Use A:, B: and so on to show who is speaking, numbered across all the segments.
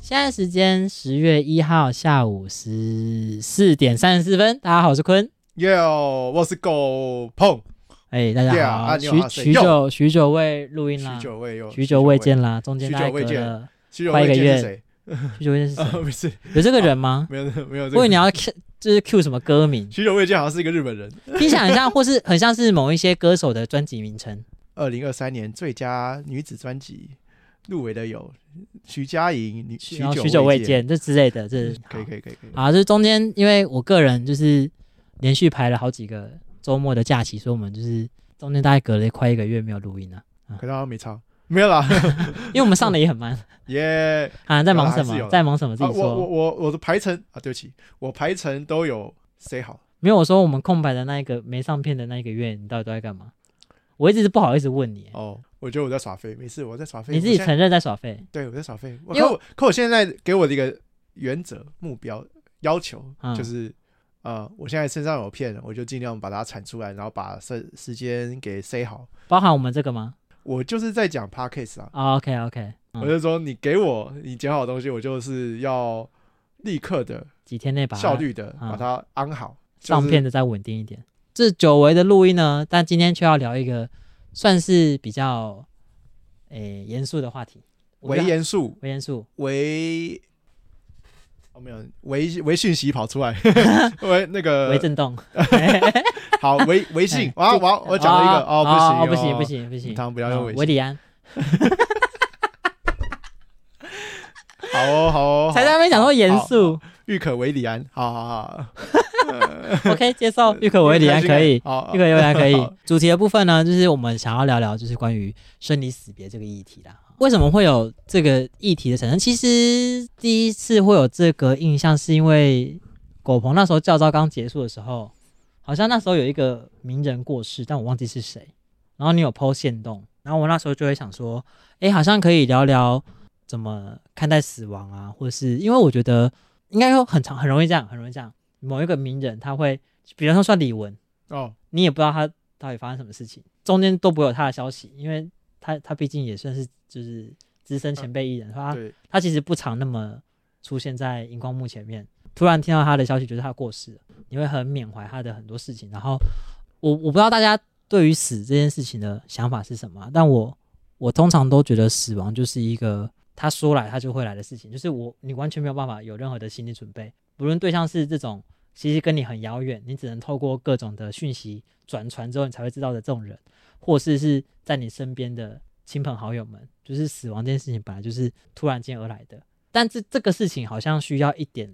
A: 现在时间十月一号下午十四点三十四分。大家好，我是坤。
B: 哟，我是狗碰，
A: 哎、大
B: Yeah，
A: 家好
B: 啊你好
A: 许
B: 啊谁
A: 许久许久未录音啦
B: 许，久未有，
A: 许久未，见啦，中间大概
B: 许久
A: 隔
B: 未见
A: 了
B: 许久
A: 快一
B: 未
A: 个
B: 见
A: 月
B: 是谁？
A: 许久未见是
B: 啊，
A: 谁？
B: 不是，
A: 有这个人吗？
B: 没有没 有这
A: 不过
B: 个，
A: 你。要 Q 就是 Q 什么歌名
B: 许久未见好像是一个日本人。
A: 听起来很像，或是很像是某一些歌手的专辑名称。
B: 二零二三年最佳女子专辑入围的有徐佳莹、你
A: 然哦后许久未
B: 见。
A: 见
B: 嗯
A: 这之类的，这
B: 可以可以可以可以。
A: 啊，就是中间因为我个人就是连续排了好几个周末的假期，所以我们就是中间大概隔了快一个月没有录音了、
B: 可是好像没唱，没有啦，
A: 因为我们上的也很慢
B: 耶！
A: 啊，在忙
B: 有啦
A: 什
B: 还是有
A: 么？
B: 啦
A: 在忙什么？自
B: 啊，
A: 己
B: 我我
A: 说。
B: 我我的排程啊，对不起，我排程都有 say 好。
A: 没有，我说我们空白的那一个没上片的那一个月，你到底都在干嘛？我一直是不好意思问你，
B: 哦，我觉得我在耍废，没事，我在耍废。
A: 你自
B: 我
A: 己
B: 现在
A: 承认在耍废
B: 对，我在耍废。我
A: 因为
B: 可我可我现在给我的一个原则、目标、要求，
A: 嗯
B: 就是、呃，我现在身上有片，我就尽量把它产出来，然后把时时间给塞好。
A: 包含我们这个吗、
B: 我就是在讲 podcast 啊，
A: o k OK，、
B: 我
A: 嗯、
B: 就说你给我你剪好的东西，我就是要立刻的、
A: 几天内把它
B: 效率的
A: 嗯
B: 把它安好。就是
A: 上片的再稳定一点。这久违的录音呢，但今天却要聊一个算是比较诶严肃的话题，我觉
B: 为
A: 得
B: 严肃，
A: 微严肃，
B: 为哦没有为为讯息跑 出来，为那
A: 微哎
B: 个
A: 震动。
B: 好为微信，我要我要 我讲了一个哦
A: 哦，
B: 不
A: 不
B: 行
A: 行
B: 哦
A: 不行不行，
B: 他们不要用微信
A: 维里安
B: 好哦，好哦，
A: 才
B: 好
A: 在那边讲说严肃
B: 郁可为里安，好好好，
A: ，OK 接 受，郁可维里安可以，
B: 好，
A: 郁可维里安可以
B: 好。
A: 主题的部分呢，就是我们想要聊聊就是关于生离死别这个议题啦。为什么会有这个议题的产生？其实第一次会有这个印象，是因为狗鹏那时候教招刚结束的时候，好像那时候有一个名人过世，但我忘记是谁。然后你有 PO 线动，然后我那时候就会想说，诶，好像可以聊聊怎么看待死亡啊，或者是因为我觉得应该说很常很容易这样，很容易这样。某一个名人他会，比方说像李玟，
B: 哦，
A: 你也不知道他到底发生什么事情，中间都不会有他的消息，因为他他毕竟也算是就是资深前辈艺人，他
B: 对，
A: 他其实不常那么出现在荧光幕前面。突然听到他的消息，觉得他过世了，你会很缅怀他的很多事情。然后我我不知道大家对于死这件事情的想法是什么啊，但我我通常都觉得死亡就是一个他说来他就会来的事情，就是我你完全没有办法有任何的心理准备，不论对象是这种其实跟你很遥远，你只能透过各种的讯息转传之后你才会知道的这种人，或是是在你身边的亲朋好友们，就是死亡这件事情本来就是突然间而来的，但这这个事情好像需要一点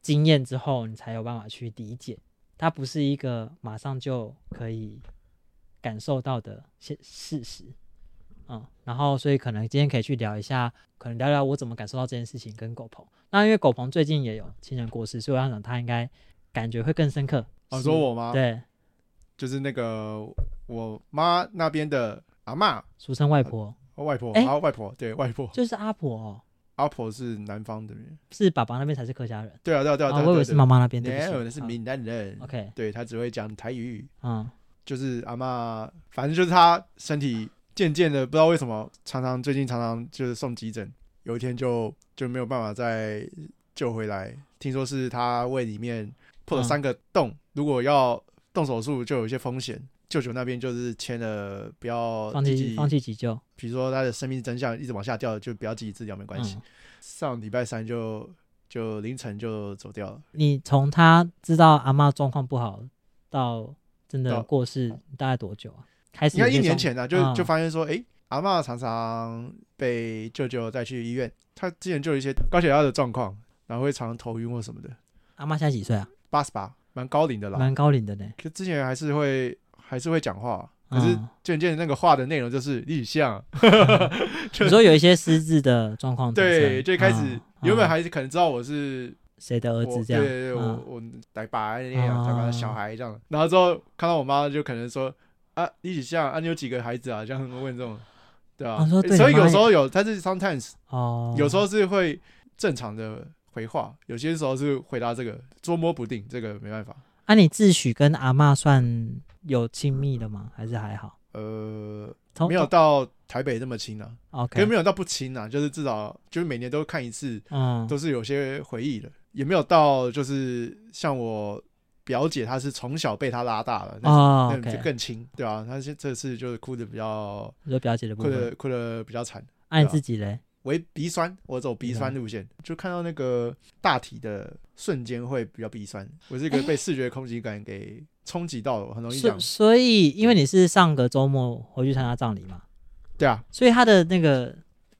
A: 经验之后，你才有办法去理解，它不是一个马上就可以感受到的现事实。嗯，然后所以可能今天可以去聊一下，可能聊聊我怎么感受到这件事情跟狗鹏。那因为狗鹏最近也有亲人过世，所以我想他应该感觉会更深刻。
B: 哦，
A: 是
B: 说我吗？，
A: 对，
B: 就是那个我妈那边的阿嬷，
A: 俗称外婆，
B: 哦外婆，
A: 哎
B: 啊，外婆，对外婆，
A: 就是阿婆、哦，
B: 阿婆是南方的人，
A: 是爸爸那边才是客家人，
B: 对啊，对啊，对啊，对啊
A: 啊，我以为是妈，妈那边，
B: 对
A: 对
B: 啊没有，
A: 不
B: 那是
A: 起。
B: 闽南人
A: 啊，OK，
B: 对他只会讲台语，
A: 嗯，
B: 就是阿嬷，反正就是她身体渐渐的，不知道为什么，常常最近常常就是送急诊，有一天就就没有办法再救回来。听说是她胃里面破了
A: 嗯
B: 三个洞，如果要动手术就有一些风险。舅舅那边就是签了不要
A: 放
B: 积
A: 弃
B: 极，
A: 放弃急救，
B: 比如说哦他的生命真相一直往下掉，就不要积极治疗，没关系。
A: 嗯
B: 上礼拜三就就凌晨就走掉了，
A: 你从他知道阿妈状况不好到真的
B: 到嗯
A: 过世，大概多久啊？开始
B: 应该
A: 有
B: 一
A: 些
B: 年
A: 状
B: 前呢、啊就、
A: 嗯
B: 就发现说，诶，阿嬷常常被舅舅带去医院，她之前就有一些高血压的状况，然后会常常头晕或什么的。
A: 阿妈现在几岁啊？
B: 八十八，蛮高龄的啦，
A: 蛮高龄的 呢。
B: 可之前还是会还是会讲话，可是
A: 嗯，
B: 渐渐那个话的内容就是立像，就
A: 你说有一些失智的状况产生，
B: 对，最开始
A: 嗯
B: 原本
A: 嗯
B: 还是可能知道我是
A: 谁的儿
B: 我，
A: 子
B: 对
A: 这样，
B: 对对，我
A: 嗯
B: 我奶爸那样，
A: 啊
B: 奶爸的小孩这样，然后之后看到我妈就可能说啊，立起像啊，你有几个孩子啊？这样问这种。对啊
A: 哦说，对
B: 所以
A: 你妈
B: 有
A: 也
B: 时候有，但是 sometimes
A: 哦，
B: 有时候是会正常的回话，有些时候是回答这个捉摸不定，这个没办法。
A: 啊，你自诩跟阿妈算有亲密的吗？还是还好？
B: 呃，
A: 从
B: 没有到台北这么亲啊，可是
A: ，OK，
B: 没有到不亲啊，就是至少就是每年都看一次，
A: 嗯，
B: 都是有些回忆的，也没有到就是像我表姐，她是从小被她拉大的，那、
A: 哦
B: 那就
A: ，OK，
B: 更亲，对啊，她是这次就是哭的比较
A: 你说表姐的部
B: 哭
A: 分，
B: 的哭的比较惨，
A: 按
B: 对啊
A: 自己嘞，
B: 为鼻酸，我走鼻酸路线，就看到那个大体的瞬间会比较鼻酸，我是一
A: 哎
B: 个被视觉空击感给冲击到的，我很容易
A: 所
B: 讲，
A: 所以因为你是上个周末回去参加葬礼嘛，
B: 对啊，
A: 所以他的那个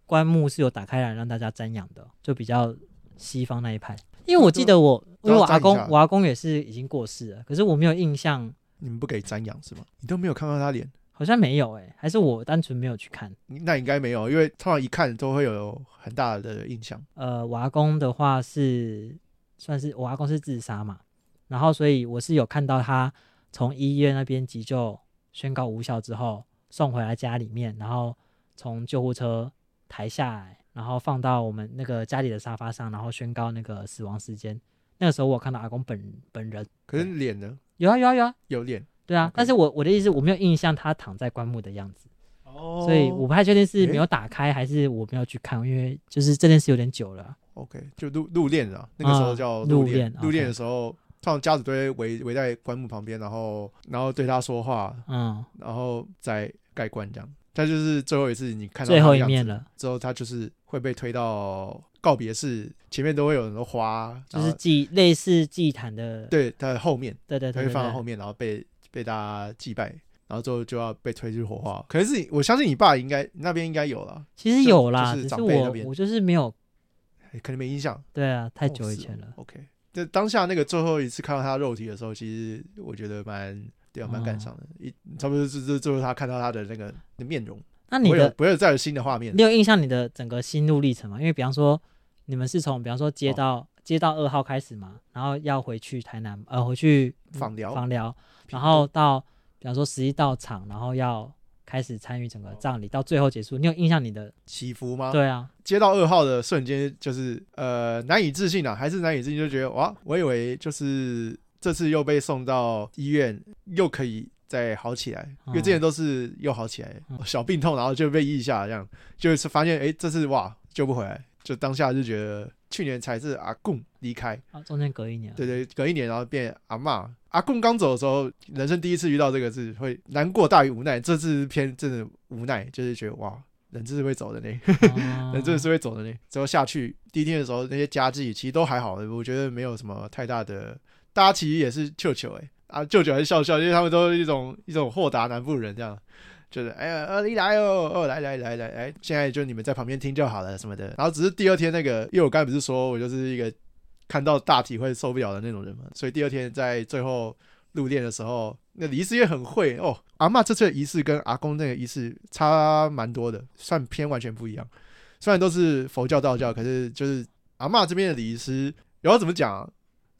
A: 棺木是有打开来让大家瞻仰的，就比较西方那一派。因为我记得我，因为我啊阿公
B: 都要瞻一，下
A: 我阿公也是已经过世了，可是我没有印象，
B: 你们不给瞻仰是吗？你都没有看到她脸。
A: 好像没有哎、还是我单纯没有去看。
B: 那应该没有，因为通常一看都会有很大的印象。
A: 呃，我阿公的话是算是我阿公是自杀嘛，然后所以我是有看到他从医院那边急救宣告无效之后送回来家里面，然后从救护车抬下来，然后放到我们那个家里的沙发上，然后宣告那个死亡时间。那个时候我有看到阿公本本人，
B: 可是脸呢？
A: 有啊有啊有啊，
B: 有脸
A: 对啊
B: OK
A: 但是我我的意思是我没有印象他躺在棺木的样子，
B: 哦
A: 所以我不太确定是
B: 诶
A: 没有打开还是我没有去看，因为就是这件事有点久了。
B: OK 就入入殓啊，那个时候叫
A: 入
B: 殓。
A: 殓
B: 入殓
A: OK
B: 的时候，通常家属都会围围在棺木旁边，然后然后对他说话，
A: 嗯，
B: 然后再盖棺这样。但就是最后一次你看到
A: 最
B: 他
A: 后
B: 的
A: 一
B: 样
A: 面
B: 子
A: 了。
B: 之后，他就是会被推到告别式，前面都会有很多花，
A: 就
B: 然
A: 是
B: 后
A: 祭类似祭坛的，
B: 对他的后面。
A: 对对
B: 他
A: 对
B: 会
A: 对
B: 放在
A: 对，
B: 后面，然后被被大家祭拜，然后之后就要被推去火化。可是我相信你爸应该那边应该有了，
A: 其实
B: 就
A: 有啦，
B: 就
A: 只
B: 是
A: 是
B: 长辈那
A: 我
B: 边
A: 我就是没有，
B: 诶可能没印象，
A: 对啊，太久
B: 哦
A: 以
B: 是
A: 前
B: 哦
A: 了。
B: OK，就当下那个最后一次看到他肉体的时候，其实我觉得蛮对啊，蛮
A: 哦
B: 感伤的。一差不多是这最后他看到他的那个的面容，
A: 那
B: 不
A: 你
B: 会有
A: 的
B: 不会有再有新的画面
A: 你。有印象你的整个心路历程吗？因为比方说你们是从比方说接
B: 哦
A: 到接到二号开始嘛，然后要回去台南呃回去
B: 访疗
A: 访疗，然后到比方说实际到场，然后要开始参与整
B: 哦
A: 个葬礼，到最后结束，你有印象你的？
B: 祈福吗？
A: 对啊，
B: 接到二号的瞬间，就是呃难以置信啊，还是难以置信，就觉得哇，我以为就是这次又被送到医院，又可以再好起来，因为之前都是又好起来，
A: 嗯
B: 小病痛，然后就被医一下，这样就是发现哎、诶这次哇救不回来，就当下就觉得去年才是阿贡离开，
A: 啊中间隔一年，
B: 对对，隔一年然后变阿嬷。阿贡刚走的时候，人生第一次遇到这个字，会难过大于无奈。这次偏真的无奈，就是觉得哇，人真是会走的呢。
A: 啊
B: 那真的是会走的呢。之后下去第一天的时候，那些家具其实都还好，我觉得没有什么太大的。大家其实也是舅舅哎、啊，舅舅还是笑笑，因为他们都是一种一种豁达南部人这样，就是哎呀，呃，你来哦，哦，来来来来，哎，现在就你们在旁边听就好了什么的。然后只是第二天那个，因为我刚才不是说我就是一个看到大体会受不了的那种人嘛，所以第二天在最后入殓的时候，那仪式也很会哦。阿嬷这次的仪式跟阿公那个仪式差蛮多的，算偏完全不一样。虽然都是佛教、道教，可是就是阿嬷这边的礼仪师，然后怎么讲啊、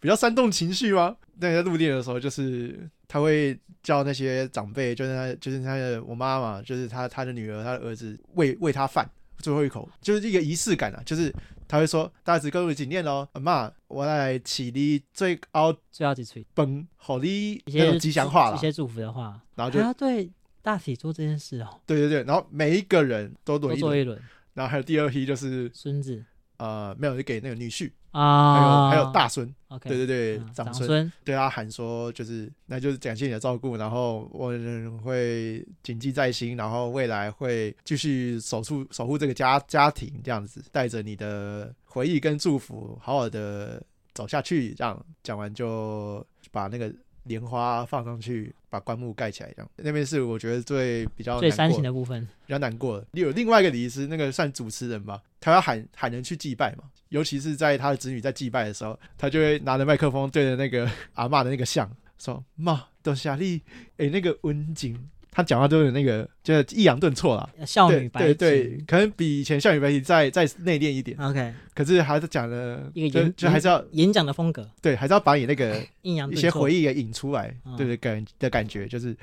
B: 比较煽动情绪吗？那在入殓的时候，就是他会叫那些长辈，就是他，就是他的我妈妈，就是他他的女儿、他的儿子喂喂他饭，最后一口，就是一个仪式感啊，就是。他会说：“大家只跟我几念哦，阿嬷，我来起你最高
A: 最后几处
B: 崩，好你
A: 一
B: 那
A: 些
B: 种吉祥话
A: 一
B: 啦。
A: 些祝福的话，
B: 然后就
A: 还要对大体做这件事哦，
B: 对对对，然后每一个人都
A: 多
B: 轮一
A: 做
B: 轮，
A: 一轮，
B: 然后还有第二批就是
A: 孙子
B: 呃，没有就给那个女婿，还有、
A: 啊，
B: 还有大孙，
A: OK，
B: 对对对，
A: 嗯
B: 长
A: 长
B: 孙
A: 孙
B: 对他喊说，就是那就是感谢你的照顾，然后我会谨记在心，然后未来会继续守住守护这个家家庭这样子，带着你的回忆跟祝福，好好的走下去。这样讲完就把那个莲花放上去，把棺木盖起来，这样那边是我觉得最比较
A: 最
B: 难
A: 煽
B: 过
A: 情
B: 的，
A: 的部 分，
B: 比较难过的。有另外一个礼仪师，那个算主持人吧，他要喊喊人去祭拜嘛，尤其是在他的子女在祭拜的时候，他就会拿着麦克风对着那个 阿嬷的那个像说：“妈，多谢你，哎、那个温景。”他讲话都有那个就是抑扬顿挫啦，
A: 呃少
B: 对
A: 女白
B: 对
A: 痴
B: 对，可能比以前校女白体再再内敛一点，
A: ，OK，
B: 可是还是讲的
A: 一个
B: 就
A: 演
B: 就还是要
A: 演讲的风格，
B: 对，还是要把你那个
A: 阴阳
B: 一
A: 顿
B: 些
A: 挫
B: 回忆也引出来，
A: 嗯
B: 对对感的感觉就是，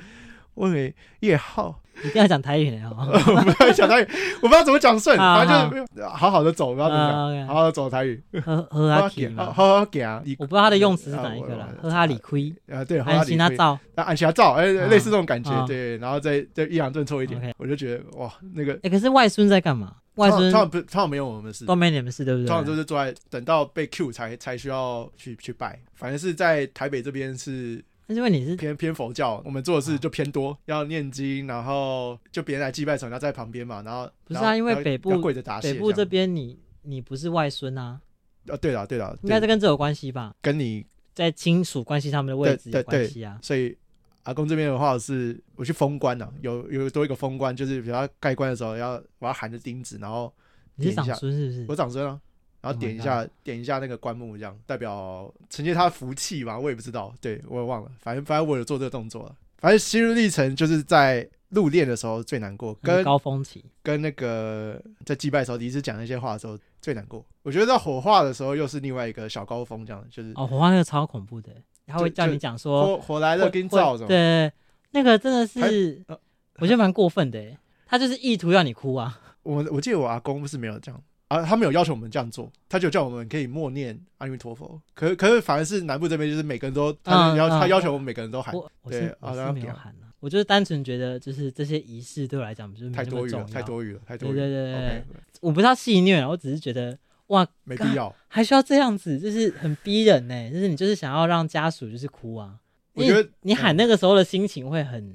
B: 问为叶浩，
A: 一定要讲台语呢哦。
B: 我不要讲台语，我不知道怎么讲顺，
A: 啊
B: 反正就是没有好好的 走，不知道怎么讲，
A: 啊
B: 好
A: OK
B: 好的走台语，
A: 喝喝
B: 好
A: 阿
B: 好
A: 奇
B: 行，好
A: 嘛，
B: 好行，你
A: 我不知道他的用词是哪一个啦
B: 啊，我
A: 喝哈里亏，
B: 啊对，好好
A: 安
B: 理
A: 心他
B: 会，
A: 造。
B: 啊按下照，哎
A: 啊
B: 类似这种感
A: 啊
B: 觉，对，然后再再抑扬顿挫一点
A: OK，
B: 我就觉得哇，那个
A: 哎，可是外孙在干嘛？外
B: 他们
A: 孙
B: 他们不他们没有我们的事，
A: 都没你们事，对不
B: 通常都
A: 对？
B: 是坐在等到被 Q 才才需要去去拜，反正是在台北这边是
A: 但是因为你是
B: 偏偏佛教，我们做的
A: 啊
B: 事就偏多，要念经，然后就别人来祭拜神，然后在旁边嘛，然后
A: 不是啊
B: 然后
A: 因为
B: 然后
A: 北部
B: 要跪着答谢
A: 北部
B: 这
A: 这
B: 样
A: 边，你你不是外孙啊，
B: 啊，对了对了，
A: 应该
B: 对
A: 这跟这有关系吧？
B: 跟你，
A: 在亲属关系上面的位置
B: 对
A: 有
B: 对对
A: 关系啊。
B: 所以阿公这边的话是我去封官了、有有多一个封官，就是比如他盖棺的时候要我要含着钉子，然后
A: 你是
B: 点
A: 长
B: 一下
A: 孙是不是？
B: 我掌声啊。然后
A: 嗯 Oh my
B: 点一下点一下那个棺木，这样代表承接他的福气吧，我也不知道，对我也忘了，反正反正我有做这个动作了。反正心路历程就是在入殓的时候最难过，
A: 那是
B: 跟
A: 高峰期，
B: 跟那个在祭拜的时候，李师讲那些话的时候最难过。我觉得在火化的时候又是另外一个小高峰，这样就是
A: 哦，火化那个超恐怖的，他会
B: 就
A: 叫
B: 就
A: 你讲说，
B: 火火来
A: 会
B: 了，给你
A: 会
B: 照着。
A: 对，那个真的是
B: 呃，
A: 我觉得蛮过分的，欸他就是意图要你哭啊，
B: 我我记得我阿公是没有这样啊，他没有要求我们这样做，他就叫我们可以默念阿弥陀佛。可可是反而是南部这边就是每个人都，他
A: 嗯
B: 要、
A: 嗯
B: 他要求我们每个人都喊，
A: 我我
B: 对
A: 是
B: 啊
A: 我
B: 然
A: 是
B: 后
A: 没有
B: 表
A: 喊啊，我就是单纯觉得就是这些仪式对我来讲就是没
B: 太
A: 那
B: 多
A: 么
B: 余了，
A: 重
B: 太
A: 要，
B: 多余了，太多余
A: 对
B: 了。
A: 对对
B: OK，
A: 我不是要戏虐啊，我只是觉得哇，
B: 没
A: 干
B: 必要。
A: 还需要这样子，就是很逼人呢，就是你就是想要让家属就是哭啊，
B: 我觉得嗯
A: 你喊那个时候的心情会很，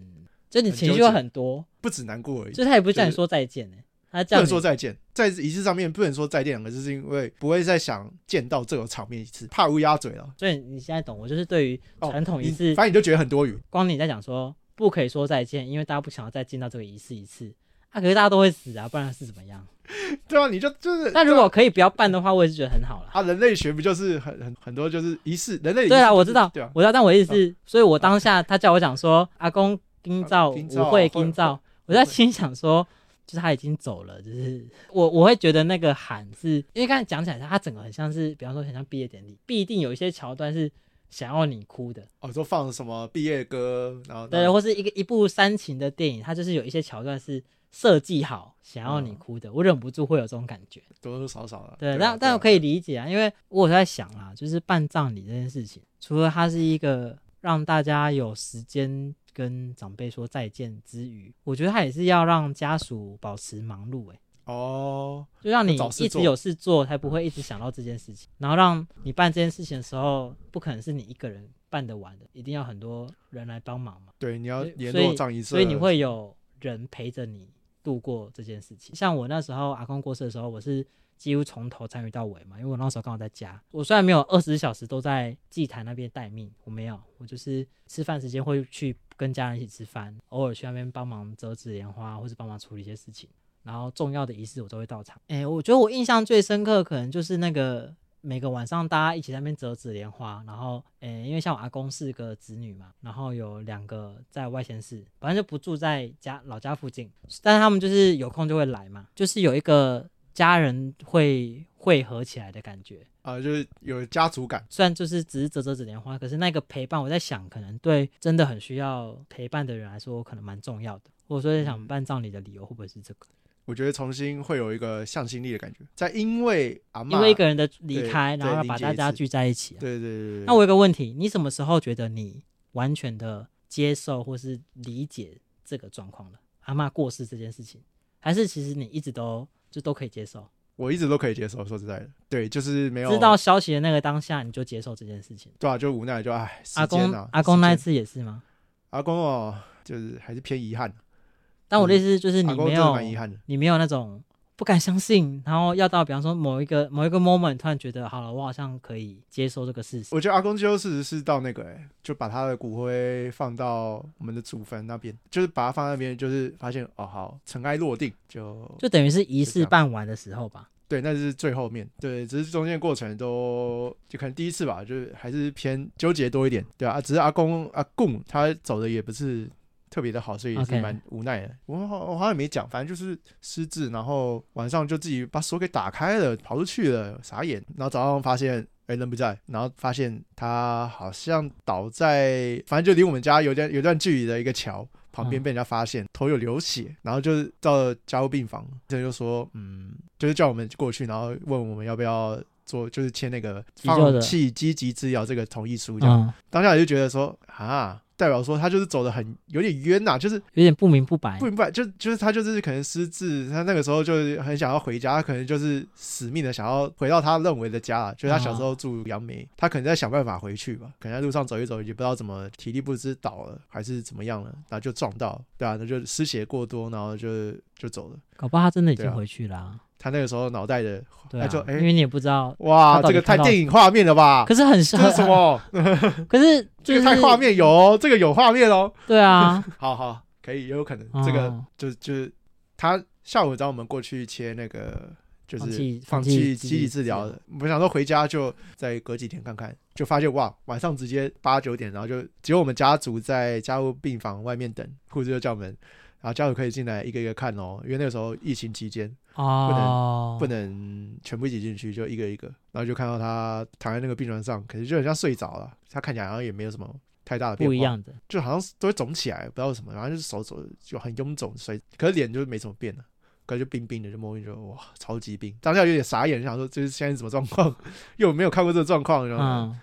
A: 就你
B: 很
A: 情
B: 纠
A: 绪会
B: 结
A: 很多，
B: 不止难过而已，
A: 就是他也不是叫
B: 就
A: 你
B: 是
A: 说再见呢，他
B: 不
A: 叫
B: 能
A: 你
B: 说再见，在仪式上面不能说再见两个字，是因为不会再想见到这种场面一次，怕乌鸦嘴了。
A: 所以你现在懂我，就是对于
B: 哦
A: 传统
B: 你
A: 仪式，
B: 反正你就觉得很多余，
A: 光你在讲说不可以说再见，因为大家不想要再见到这个仪式一次啊。可是大家都会死啊，不然是怎么样？
B: 对啊，你就就是
A: 那如果可以不要办的话，我也是觉得很好啦。
B: 啊，人类学不就是很很很多就是仪式，人类的仪
A: 对
B: 式
A: 啦，
B: 就是
A: 我知道
B: 对啊，，
A: 我知道，但我意思是，所以我当下他叫我讲说阿公丁照
B: 丁
A: 舞
B: 照
A: 会
B: 啊会
A: 丁
B: 会
A: 照，我在心想说。就是他已经走了，就是我我会觉得那个喊是因为刚才讲起来，他整个很像是，比方说很像毕业典礼，必定有一些桥段是想要你哭的，
B: 哦，说放什么毕业歌，然后
A: 对，或是一个一部煽情的电影，它就是有一些桥段是设计好，想要你
B: 嗯
A: 哭的，我忍不住会有这种感觉。
B: 多多少少了。
A: 对，
B: 啊
A: 但但我可
B: 以，
A: 以理解啊，因为我有在想啦，就是办葬礼这件事情，除了它是一个让大家有时间跟长辈说再见之余，我觉得它也是要让家属保持忙碌、欸，
B: 哦，
A: 就让你
B: 找事
A: 一直
B: 做
A: 有事做，才不会一直想到这件事情。然后让你办这件事情的时候，不可能是你一个人办得完的，一定要很多人来帮忙嘛。
B: 对，你要
A: 所以
B: 联
A: 所
B: 络
A: 以
B: 葬仪社，
A: 所以你会有人陪着你度过这件事情。像我那时候阿公过世的时候，我是几乎从头参与到尾嘛，因为我那时候刚好在家。我虽然没有二十小时都在祭坛那边待命，我没有，我就是吃饭时间会去跟家人一起吃饭，偶尔去那边帮忙折纸莲花，或是帮忙处理一些事情。然后重要的仪式我都会到场。哎，我觉得我印象最深刻，可能就是那个每个晚上大家一起在那边折纸莲花，然后诶，因为像我阿公是个子女嘛，然后有两个在外县市，反正就不住在家老家附近，但是他们就是有空就会来嘛，就是有一个家人会汇合起来的感觉。
B: 啊，就是有家族感。
A: 虽然就是只是折折纸莲花，可是那个陪伴，我在想，可能对真的很需要陪伴的人来说，可能蛮重要的。或者说在
B: 嗯
A: 想办葬礼的理由会不会是这个？
B: 我觉得重新会有一个向心力的感觉，在因为阿妈，
A: 因为一个人的离
B: 对
A: 开，
B: 嗯啊对
A: 然后
B: 理
A: 把
B: 解
A: 大
B: 一
A: 家
B: 次
A: 聚在一起啊、
B: 对对对对，
A: 那我有个问题，你什么时候觉得你完全的接受或是理解这个状况了？阿嬷过世这件事情，还是其实你一直都就都可以接受？
B: 我一直都可以接受，说实在的，对，就是没有
A: 知道消息的那个当下，你就接受这件事情。
B: 对啊，就无奈就哎，时
A: 阿
B: 间
A: 公
B: 啊，
A: 阿公那一
B: 时间
A: 次也是吗？
B: 阿公哦，就是还是偏遗憾，
A: 但我的意思就是你
B: 嗯阿公
A: 没
B: 真的蛮遗
A: 有，
B: 憾的。
A: 你没有那种不敢相信，然后要到比方说某一个某一个 moment，突然觉得好了，我好像可以接受这个事实。
B: 我觉得阿公就是是到那个、哎，就把他的骨灰放到我们的祖坟那边，就是把它放那边，就是发现哦，好，尘埃落定，就
A: 就等于是仪
B: 就这
A: 式
B: 样
A: 办完的时候吧，
B: 对，那是最后面，对，只是中间过程都就可能第一次啊吧，就是还是偏纠结多一点，对啊，只是阿公阿公他走的也不是特别的好，所以也是
A: OK
B: 蛮无奈的。我好我好像也没讲，反正就是失智，然后晚上就自己把锁给打开了，跑出去了，傻眼。然后早上发现。哎，人不在，然后发现他好像倒在，反正就离我们家有段有段距离的一个桥旁边，
A: 嗯
B: 被人家发现、头有流血，然后就是到了加护病房，这就说，嗯，就是叫我们过去，然后问我们要不要做，就是签那个
A: 急救的
B: 放弃积极治疗这个同意书，这样。
A: 嗯，
B: 当下我就觉得说啊，代表说他就是走的很有点冤呐、就是
A: 有点不明不白
B: 不。明白，就就是他就是可能失智，他那个时候就是很想要回家，他可能就是死命的想要回到他认为的家了，就是他小时
A: 啊
B: 候住杨梅，他可能在想办法回去吧，可能在路上走一走，也不知道怎么体力不支倒了还是怎么样了，然后就撞到，对啊，那就失血过多，然后就就走了。
A: 搞不好他真的已
B: 对
A: 经
B: 啊
A: 回去了啊。
B: 他那个时候脑袋的，
A: 对
B: 他就
A: 啊，
B: 哎、
A: 因为你也不知道。
B: 哇，
A: 他到底
B: 这个太
A: 看到
B: 电影画面了 吧？
A: 可是很
B: 这
A: 很
B: 是 什？么？
A: 可是就
B: 这
A: 是
B: 个太画。面有哦，这个有画面哦。
A: 对啊，
B: 好好，可以，也有可能、 这个
A: 嗯
B: 就就是他下午找我们过去切那个就
A: 放
B: 是
A: 弃放
B: 放弃
A: 弃
B: 积
A: 积
B: 极
A: 极
B: 治
A: 治
B: 疗
A: 疗
B: 的。我想说回家就再隔几天看看，就发现哇，晚上直接八九点，然后就只有我们家族在家务病房外面等，护士就叫门，然后家属可以进来一个一个看哦，因为那个时候疫情期间
A: 哦，
B: 不嗯能全部挤进去，就一个一个，然后就看到他躺在那个病床上，可是就很像睡着了，他看起来好像也没有什么太大的变化，
A: 不一样的。
B: 就好像是都会肿起来，不知道为什么，然后就是手肘就很臃肿，所以可是脸就没怎么变了，可是就冰冰的，就摸进去哇，超级冰，当下有点傻眼，想说这是现在是什么状况，又没有看过这个状况，然后、
A: 嗯，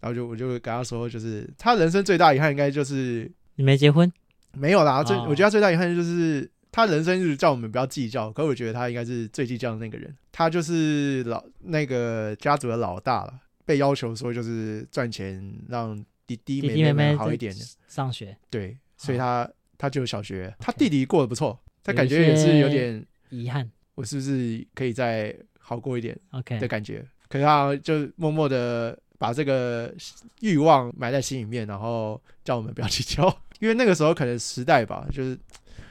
B: 然后就我就跟他说，就是他人生最大遗憾应该就是
A: 你没结婚？
B: 没有啦，最、
A: 哦
B: 我觉得他最大遗憾就是他人生就是叫我们不要计较，可我觉得他应该是最计较的那个人，他就是老那个家族的老大了，被要求说就是赚钱让弟弟
A: 弟
B: 妹
A: 弟妹
B: 们
A: 妹
B: 好一点。
A: 上学
B: 对，所以
A: 哦
B: 他他就小学，他
A: OK
B: 弟弟过得不错，他
A: 有
B: 感
A: 一
B: 觉也是有
A: 些
B: 点，
A: 遗憾。
B: 我是不是可以再好过一点
A: OK，
B: 的感觉？可是他就默默的把这个欲望埋在心里面，然后叫我们不要去教，因为那个时候可能时代吧，就是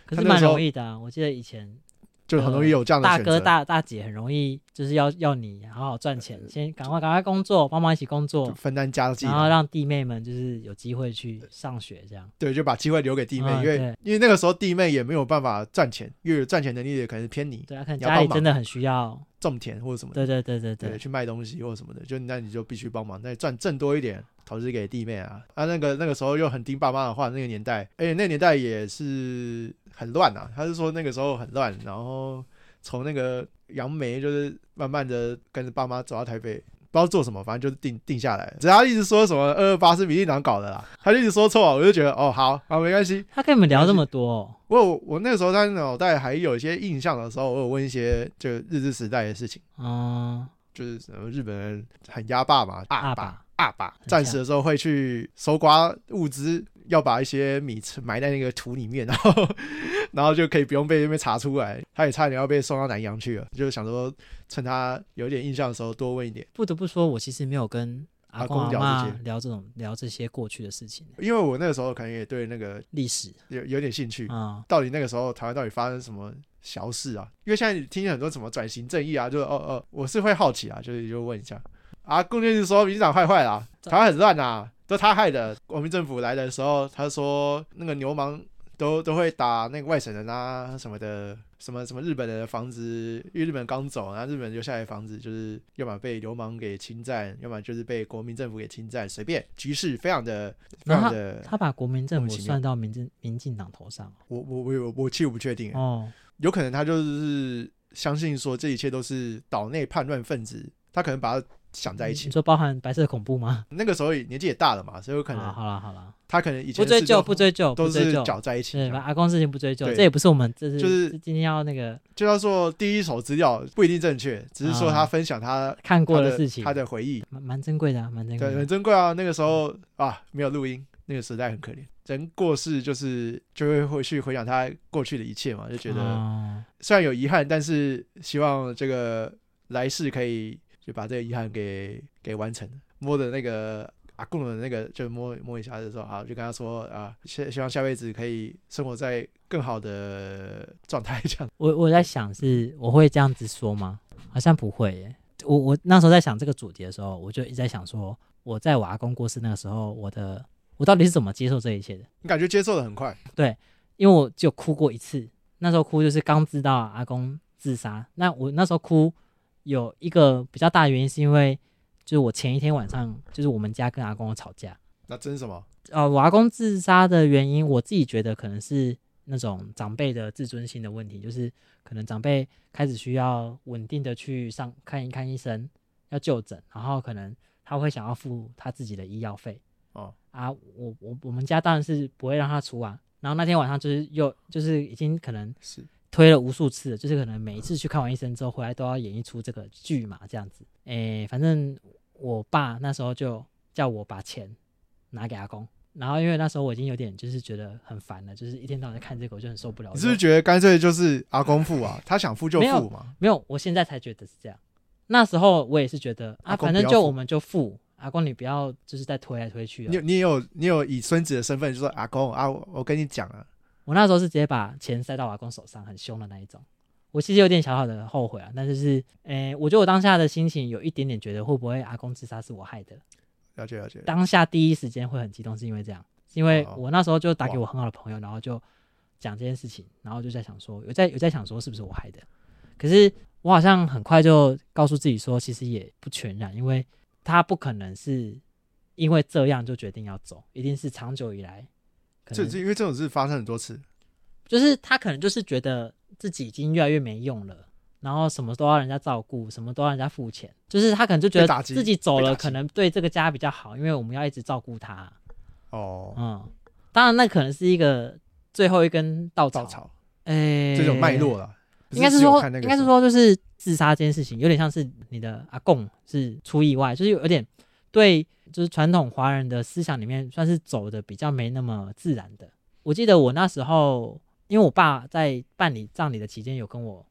A: 可是
B: 他那个
A: 蛮
B: 时候
A: 容易的啊。我记得以前
B: 就很容易有这样的
A: 大
B: 选择。
A: 哥大大姐很容易就是要要你好好赚钱，先赶快赶快工作，帮忙一起工
B: 呃就
A: 作，
B: 分担家计
A: 然，后让弟妹们就是有机会去上学这样。
B: 对，就把机会留给弟妹，
A: 嗯
B: 因为
A: 对
B: 因为那个时候弟妹也没有办法赚钱，因为赚钱能力也可能是偏你
A: 对啊，可能
B: 你要
A: 家里
B: 帮忙
A: 真的很需要。
B: 种田或者什么的。
A: 对对对对
B: 对，
A: 对，
B: 去卖东西或什么的，就那你就必须帮忙，那你赚挣多一点，投资给弟妹啊。啊，那个那个时候又很听爸妈的话，那个年代，而且那个年代也是很乱啊。他是说那个时候很乱，然后从那个杨梅就是慢慢的跟着爸妈走到台北。不知道做什么，反正就是定定下来了。只要他一直说什么二二八是民进党搞的啦，他就一直说错，我就觉得哦好，好没关系，
A: 他跟你们聊这么多哦，
B: 我有我那个时候他脑袋还有一些印象的时候，我有问一些就日治时代的事情，
A: 嗯，
B: 就是什么日本人很压霸嘛，
A: 阿
B: 阿霸
A: 爸
B: 阿霸，
A: 像
B: 战时的时候会去搜刮物资，要把一些米吃埋在那个土里面，然后然后就可以不用被那边查出来。他也差点要被送到南洋去了，就是想说趁他有点印象的时候多问一点，
A: 不得不说，我其实没有跟阿公
B: 阿
A: 阿
B: 公聊这些
A: 妈聊这种聊这些过去的事情，
B: 因为我那个时候可能也对那个
A: 历史
B: 有有点兴趣，
A: 啊，
B: 到底那个时候台湾到底发生什么小事啊？因为现在听见很多什么转型正义啊，就是哦哦，我是会好奇啊，就是就问一下啊。龚俊是说民进党坏坏啦，台湾很乱啊，都他害的。国民政府来的时候，他说那个流氓都都会打那个外省人啊什么的，什么什么日本人的房子，因为日本刚走，然后日本留下来的房子就是要么被流氓给侵占，要么就是被国民政府给侵占，随便局势非常的非
A: 然后
B: 常的，
A: 他把国民政
B: 莫
A: 府
B: 名其妙
A: 算到民进民进党头上
B: 我我我我我其实我不确定欸、
A: 哦，
B: 有可能他就是相信说这一切都是岛内叛乱分子，他可能把它想在一起
A: 你。说包含白色恐怖吗？
B: 那个时候也年纪也大了嘛，所以有可
A: 啊
B: 能
A: 好了好了，
B: 他可能以前
A: 不追
B: 是
A: 究不追究
B: 都
A: 不追
B: 是
A: 究，
B: 搅在一起
A: 对
B: 这
A: 吧？
B: 样。
A: 阿公事情不追究，
B: 对
A: 这也不是我们这是
B: 就是
A: 今天要那个
B: 就要说第一手资料不一定正确，只是说他
A: 啊
B: 分享他
A: 看
B: 他
A: 过的事情，
B: 他的回忆，
A: 蛮蛮珍贵的啊，蛮珍贵
B: 对，
A: 的
B: 很。珍贵啊。那个时候
A: 嗯
B: 啊，没有录音，那个时代很可怜。人过世就是就会回去回想他过去的一切嘛，就觉得
A: 哦
B: 虽然有遗憾，但是希望这个来世可以就把这个遗憾给给完成。摸着那个阿贡的那个，就摸摸一下就说啊，就跟他说啊，希希望下辈子可以生活在更好的状态，这样。
A: 我我在想是我会这样子说吗？好像不会耶。我我那时候在想这个主题的时候，我就一直在想说，我在我阿公过世那个时候，我的我到底是怎么接受这一切的？
B: 你感觉接受的很快，
A: 因为我只有哭过一次，那时候哭就是刚知道阿公自杀。那我那时候哭有一个比较大的原因，是因为就是我前一天晚上就是我们家跟阿公有吵架。
B: 那真什么？
A: 呃，我阿公自杀的原因，我自己觉得可能是那种长辈的自尊心的问题，就是可能长辈开始需要稳定的去上看一看医生，要就诊，然后可能他会想要付他自己的医药费。
B: 哦
A: 啊，我我我们家当然是不会让他出啊。然后那天晚上就是又就是已经可能
B: 是
A: 推了无数次了，就是可能每一次去看完医生之后回来都要演一出这个剧嘛，这样子。诶，反正我爸那时候就叫我把钱拿给阿公，然后因为那时候我已经有点就是觉得很烦了，就是一天到晚在看这个，我就很受不了。
B: 你是不
A: 我
B: 是
A: 就
B: 觉得干脆就是阿公付啊？他想付就
A: 没有
B: 付嘛，
A: 没有，我现在才觉得是这样。那时候我也是觉得啊，
B: 阿公
A: 反
B: 不
A: 正
B: 要
A: 就
B: 付
A: 我们就付，阿公你不要就是再推来推去啊
B: 你
A: 了
B: 有。你也有你有以孙子的身份就说阿公啊，我我跟你讲啊，
A: 我那时候是直接把钱塞到我阿公手上，很凶的那一种。我其实有点小小的后悔啊，但就是，诶、我觉得我当下的心情有一点点觉得会不会阿公自杀是我害的。
B: 了解了解，
A: 当下第一时间会很激动，是因为这样，是因为
B: 哦
A: 我那时候就打给我很好的朋友，然后就讲这件事情，然后就在想说，有在有在想说是不是我害的。可是我好像很快就告诉自己说，其实也不全然，因为他不可能是因为这样就决定要走，一定是长久以来，可
B: 这
A: 能
B: 这因为这种事发生很多次，
A: 就是他可能就是觉得自己已经越来越没用了，然后什么都要人家照顾，什么都要人家付钱，就是他可能就觉
B: 被打
A: 得
B: 击
A: 自己走
B: 被
A: 了
B: 打击
A: 可能对这个家比较好，因为我们要一直照顾他。
B: 哦，
A: 嗯，当然那可能是一个最后一根稻草，
B: 稻草
A: 哎，
B: 这种脉络啦，不
A: 应该是
B: 只有
A: 说，
B: 看那个
A: 应该是
B: 什么
A: 说，就是自杀这件事情，有点像是你的阿贡是出意外，就是有点对，就是传统华人的思想里面算是走的比较没那么自然的。我记得我那时候，因为我爸在办理葬礼的期间有跟我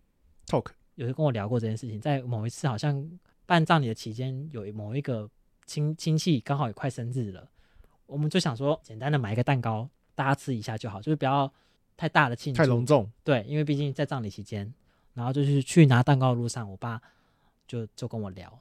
B: talk
A: 有跟我聊过这件事情，在某一次好像办葬礼的期间，有某一个亲亲戚刚好也快生日了，我们就想说简单的买一个蛋糕，大家吃一下就好，就是不要太大的庆祝，
B: 太隆重，
A: 对，因为毕竟在葬礼期间，然后就是去拿蛋糕的路上，我爸就就跟我聊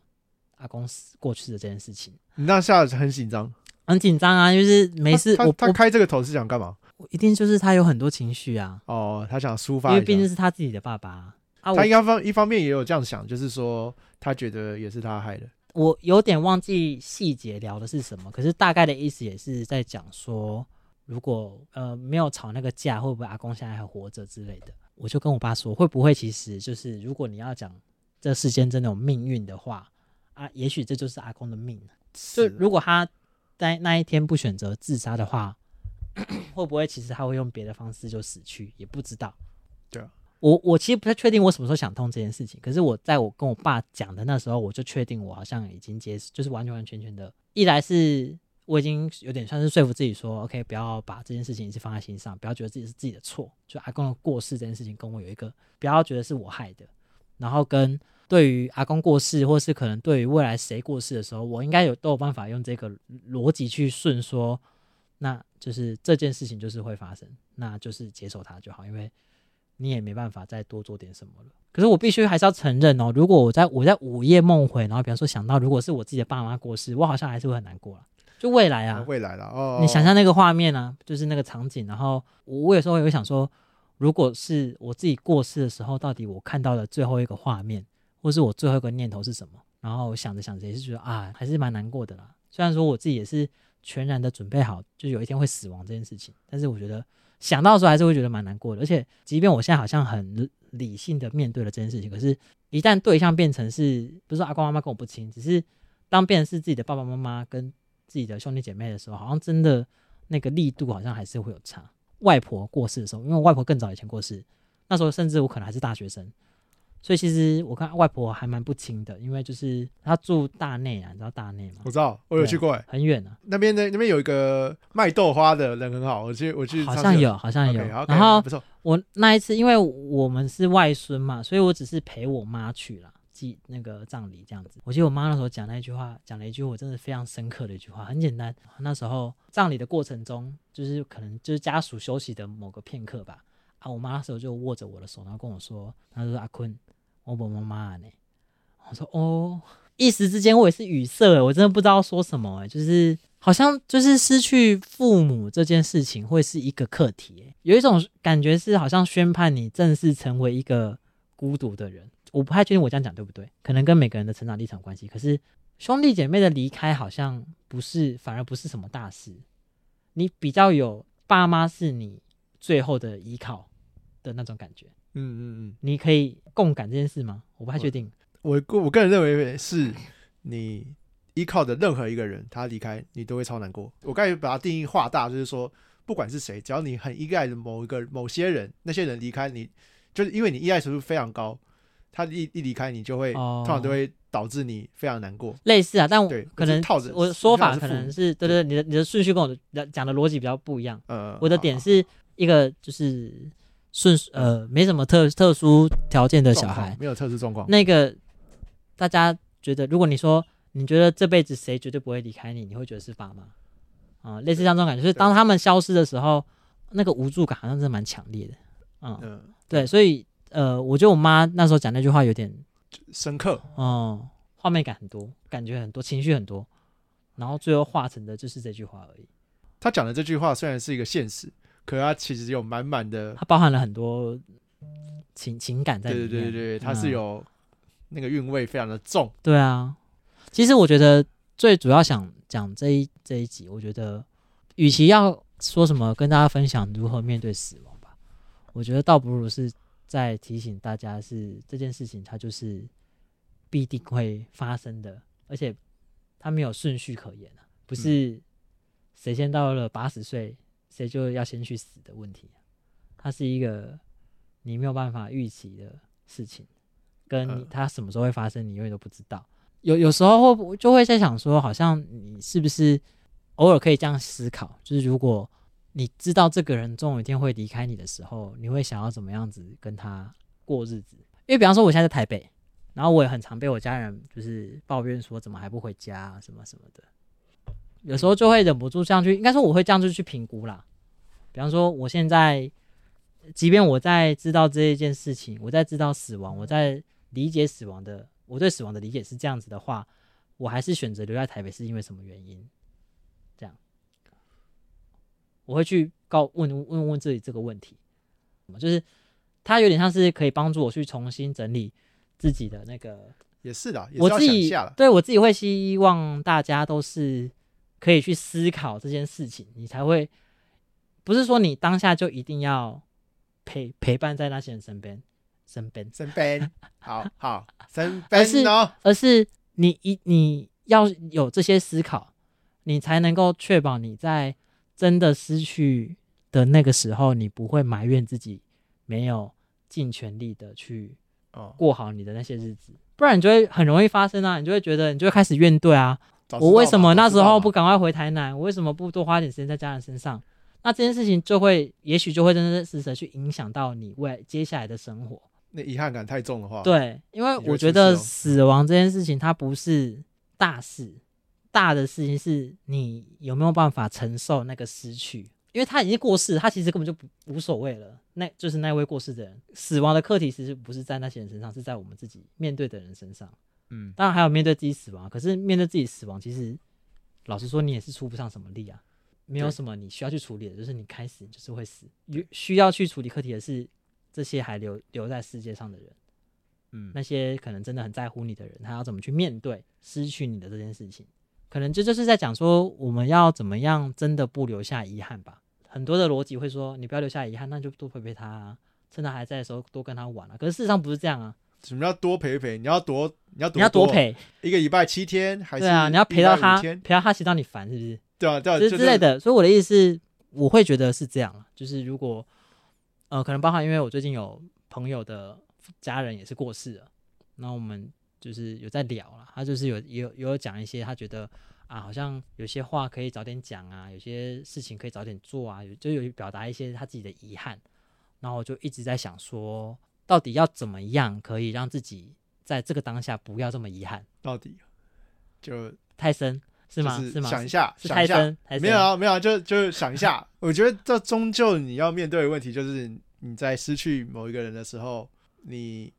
A: 阿公死过去的这件事情，
B: 你那下很紧张，
A: 很紧张啊，就是没事，
B: 他
A: 我
B: 他他
A: 我
B: 开这个头是想干嘛？
A: 我一定就是他有很多情绪啊，
B: 哦，他想抒
A: 因
B: 发
A: 为
B: 一
A: 毕竟
B: 下。
A: 是他自己的爸爸啊。啊我
B: 他应该方一方面也有这样想，就是说他觉得也是他害的，
A: 我有点忘记细节聊的是什么，可是大概的意思也是在讲说，如果呃没有吵那个架，会不会阿公现在还活着之类的。我就跟我爸说，会不会其实就是如果你要讲这世间真的有命运的话，啊，也许这就是阿公的命。啊就是如果他在那一天不选择自杀的话， 会不会其实他会用别的方式就死去，也不知道。
B: 对啊，
A: 我我其实不太确定我什么时候想通这件事情，可是我在我跟我爸讲的那时候，我就确定我好像已经接，就是完全完全全的，一来是我已经有点算是说服自己说，OK，不要把这件事情一直放在心上，不要觉得自己是自己的错，就阿公的过世这件事情跟我有一个，不要觉得是我害的，然后跟对于阿公过世，或是可能对于未来谁过世的时候，我应该有都有办法用这个逻辑去顺说，那就是这件事情就是会发生，那就是接受它就好，因为你也没办法再多做点什么了。可是我必须还是要承认哦，如果我在我在午夜梦回，然后比方说想到如果是我自己的爸妈过世，我好像还是会很难过了。就未来啊，
B: 未来了哦。
A: 你想象那个画面啊，就是那个场景。然后我我有时候也会想说，如果是我自己过世的时候，到底我看到的最后一个画面，或是我最后一个念头是什么？然后我想着想着也是觉得啊，还是蛮难过的啦。虽然说我自己也是全然的准备好，就有一天会死亡这件事情，但是我觉得想到的时候还是会觉得蛮难过的。而且，即便我现在好像很理性的面对了这件事情，可是，一旦对象变成是不是说阿公阿妈跟我不亲，只是当变成是自己的爸爸妈妈跟自己的兄弟姐妹的时候，好像真的那个力度好像还是会有差。外婆过世的时候，因为我外婆更早以前过世，那时候甚至我可能还是大学生，所以其实我看外婆还蛮不亲的，因为就是她住大内啊，你知道大内吗
B: 哦我？知道，我有
A: 对
B: 去过哎，
A: 很远啊，
B: 那边的那边有一个卖豆花的人很好，我去我去
A: 好
B: 上
A: 像
B: 次
A: 有，好像有。
B: OK，好，OK，
A: 然后
B: 不错，
A: 我那一次，因为我们是外孙嘛，所以我只是陪我妈去啦，祭那个葬礼这样子。我记得我妈那时候讲那一句话，讲了一句我真的非常深刻的一句话，很简单。那时候葬礼的过程中，就是可能就是家属休息的某个片刻吧。啊，我妈那时候就握着我的手，然后跟我说，她说阿坤，我本妈妈呢。我说哦，一时之间我也是语塞，我真的不知道说什么、欸，就是好像就是失去父母这件事情会是一个课题耶，有一种感觉是好像宣判你正式成为一个孤独的人。我不太确定我这样讲对不对，可能跟每个人的成长历程有关系。可是兄弟姐妹的离开好像不是，反而不是什么大事。你比较有爸妈是你最后的依靠的那种感觉，
B: 嗯嗯嗯，
A: 你可以共感这件事吗？我不太确
B: 哦
A: 定。
B: 我个我个人认为是你依靠的任何一个人，他离开你都会超难过。我刚才把它定义化大，就是说，不管是谁，只要你很依赖的某一个某些人，那些人离开你，就是因为你依赖程度非常高，他一一离开你就会、
A: 哦
B: 通常都会导致你非常难过。
A: 类似啊，但我
B: 对
A: 可能
B: 就是套着
A: 我的说法
B: 是
A: 可
B: 父母
A: 能是对对，对你的你的顺序跟我的讲的逻辑比较不一样。
B: 呃，
A: 我的
B: 好
A: 点是一个就是顺呃没什么特特殊条件的小
B: 状况
A: 孩，
B: 没有特殊状况，
A: 那个大家觉得，如果你说你觉得这辈子谁绝对不会离开你，你会觉得是爸妈啊、类似像这种感觉，就是当他们消失的时候，那个无助感好像真的蛮强烈的。嗯，
B: 嗯、
A: 对，所以呃，我觉得我妈那时候讲那句话有点
B: 深刻。
A: 嗯，画面感很多，感觉很多，情绪很多，然后最后化成的就是这句话而已。
B: 他讲的这句话虽然是一个现实，可他其实有满满的，
A: 它包含了很多情情感在
B: 对
A: 里面。
B: 对对对对，他是
A: 嗯
B: 有那个韵味非常的重。
A: 对啊，其实我觉得最主要想讲这一这一集，我觉得与其要说什么跟大家分享如何面对死亡吧，我觉得倒不如是在提醒大家是这件事情它就是必定会发生的，而且它没有顺序可言啊，
B: 嗯
A: 不是谁先到了八十岁谁就要先去死的问题啊、它是一个你没有办法预期的事情。跟你
B: 嗯
A: 它什么时候会发生，你永远都不知道。有有时候会就会在想说，好像你是不是偶尔可以这样思考，就是如果你知道这个人总有一天会离开你的时候，你会想要怎么样子跟他过日子？因为比方说我现在在台北，然后我也很常被我家人就是抱怨说怎么还不回家、啊、什么什么的，有时候就会忍不住这样去，应该说我会这样就去评估啦。比方说我现在，即便我在知道这一件事情，我在知道死亡，我在理解死亡的，我对死亡的理解是这样子的话，我还是选择留在台北是因为什么原因？这样，我会去告问问问自己这个问题，就是它有点像是可以帮助我去重新整理自己的那个
B: 也是的，也是
A: 我
B: 要
A: 自
B: 想一
A: 己
B: 下了。
A: 对我自己会希望大家都是可以去思考这件事情，你才会不是说你当下就一定要陪陪伴在那些人身边身边，
B: 身 边，好好身
A: 而是
B: 边哦，
A: 而是你一你要有这些思考，你才能够确保你在真的失去的那个时候，你不会埋怨自己没有尽全力的去
B: 哦，
A: 过好你的那些日子，不然你就会很容易发生啊，你就会觉得你就会开始怨怼啊，
B: 早知
A: 我
B: 道
A: 为
B: 嘛
A: 什么
B: 早
A: 那
B: 知
A: 时
B: 道
A: 候
B: 嘛
A: 不赶快回台南？我为什么不多花点时间在家人身上？那这件事情就会，也许就会真真实实的去影响到你未来接下来的生活。
B: 那遗憾感太重的话，，
A: 对，因为
B: 你就
A: 我
B: 会
A: 觉
B: 出
A: 得
B: 事哦
A: 死亡这件事情，它不是大事，大的事情是你有没有办法承受那个失去，因为他已经过世，他其实根本就不无所谓了。那就是那位过世的人，死亡的课题其实不是在那些人身上，是在我们自己面对的人身上。
B: 嗯，
A: 当然还有面对自己死亡，可是面对自己死亡，其实老实说，你也是出不上什么力啊，没有
B: 对
A: 什么你需要去处理的，就是你开始就是会死，需需要去处理课题的是这些还留留在世界上的人，
B: 嗯
A: 那些可能真的很在乎你的人，他要怎么去面对失去你的这件事情，可能这就是在讲说我们要怎么样真的不留下遗憾吧。很多的逻辑会说，你不要留下遗憾，那就多陪陪他、啊，趁他还在的时候多跟他玩啊。可是事实上不是这样啊，
B: 什么叫多陪陪？你要多，你要多，
A: 你要多，陪，
B: 一个礼拜七天还是
A: 对啊，你要陪到
B: 一
A: 他，
B: 百五天，
A: 陪到他骑到你烦，是不是？
B: 对啊，对啊，
A: 之
B: 就
A: 之类，的。所以我的意思是，我会觉得是这样啊，就是如果呃，可能包含因为我最近有朋友的家人也是过世了，那我们就是有在聊啦，他就是有也有也有讲一些他觉得啊，好像有些话可以早点讲啊，有些事情可以早点做啊，有就有表达一些他自己的遗憾。然后我就一直在想说，到底要怎么样可以让自己在这个当下不要这么遗憾？
B: 到底就
A: 太深是
B: 就
A: 吗？
B: 是
A: 是吗？
B: 想一下，
A: 是
B: 想
A: 太
B: 一下，
A: 深，太深
B: 没有啊，没有啊，就就想一下。 我觉得这终究你要面对的问题就是你在失去某一个人的时候，你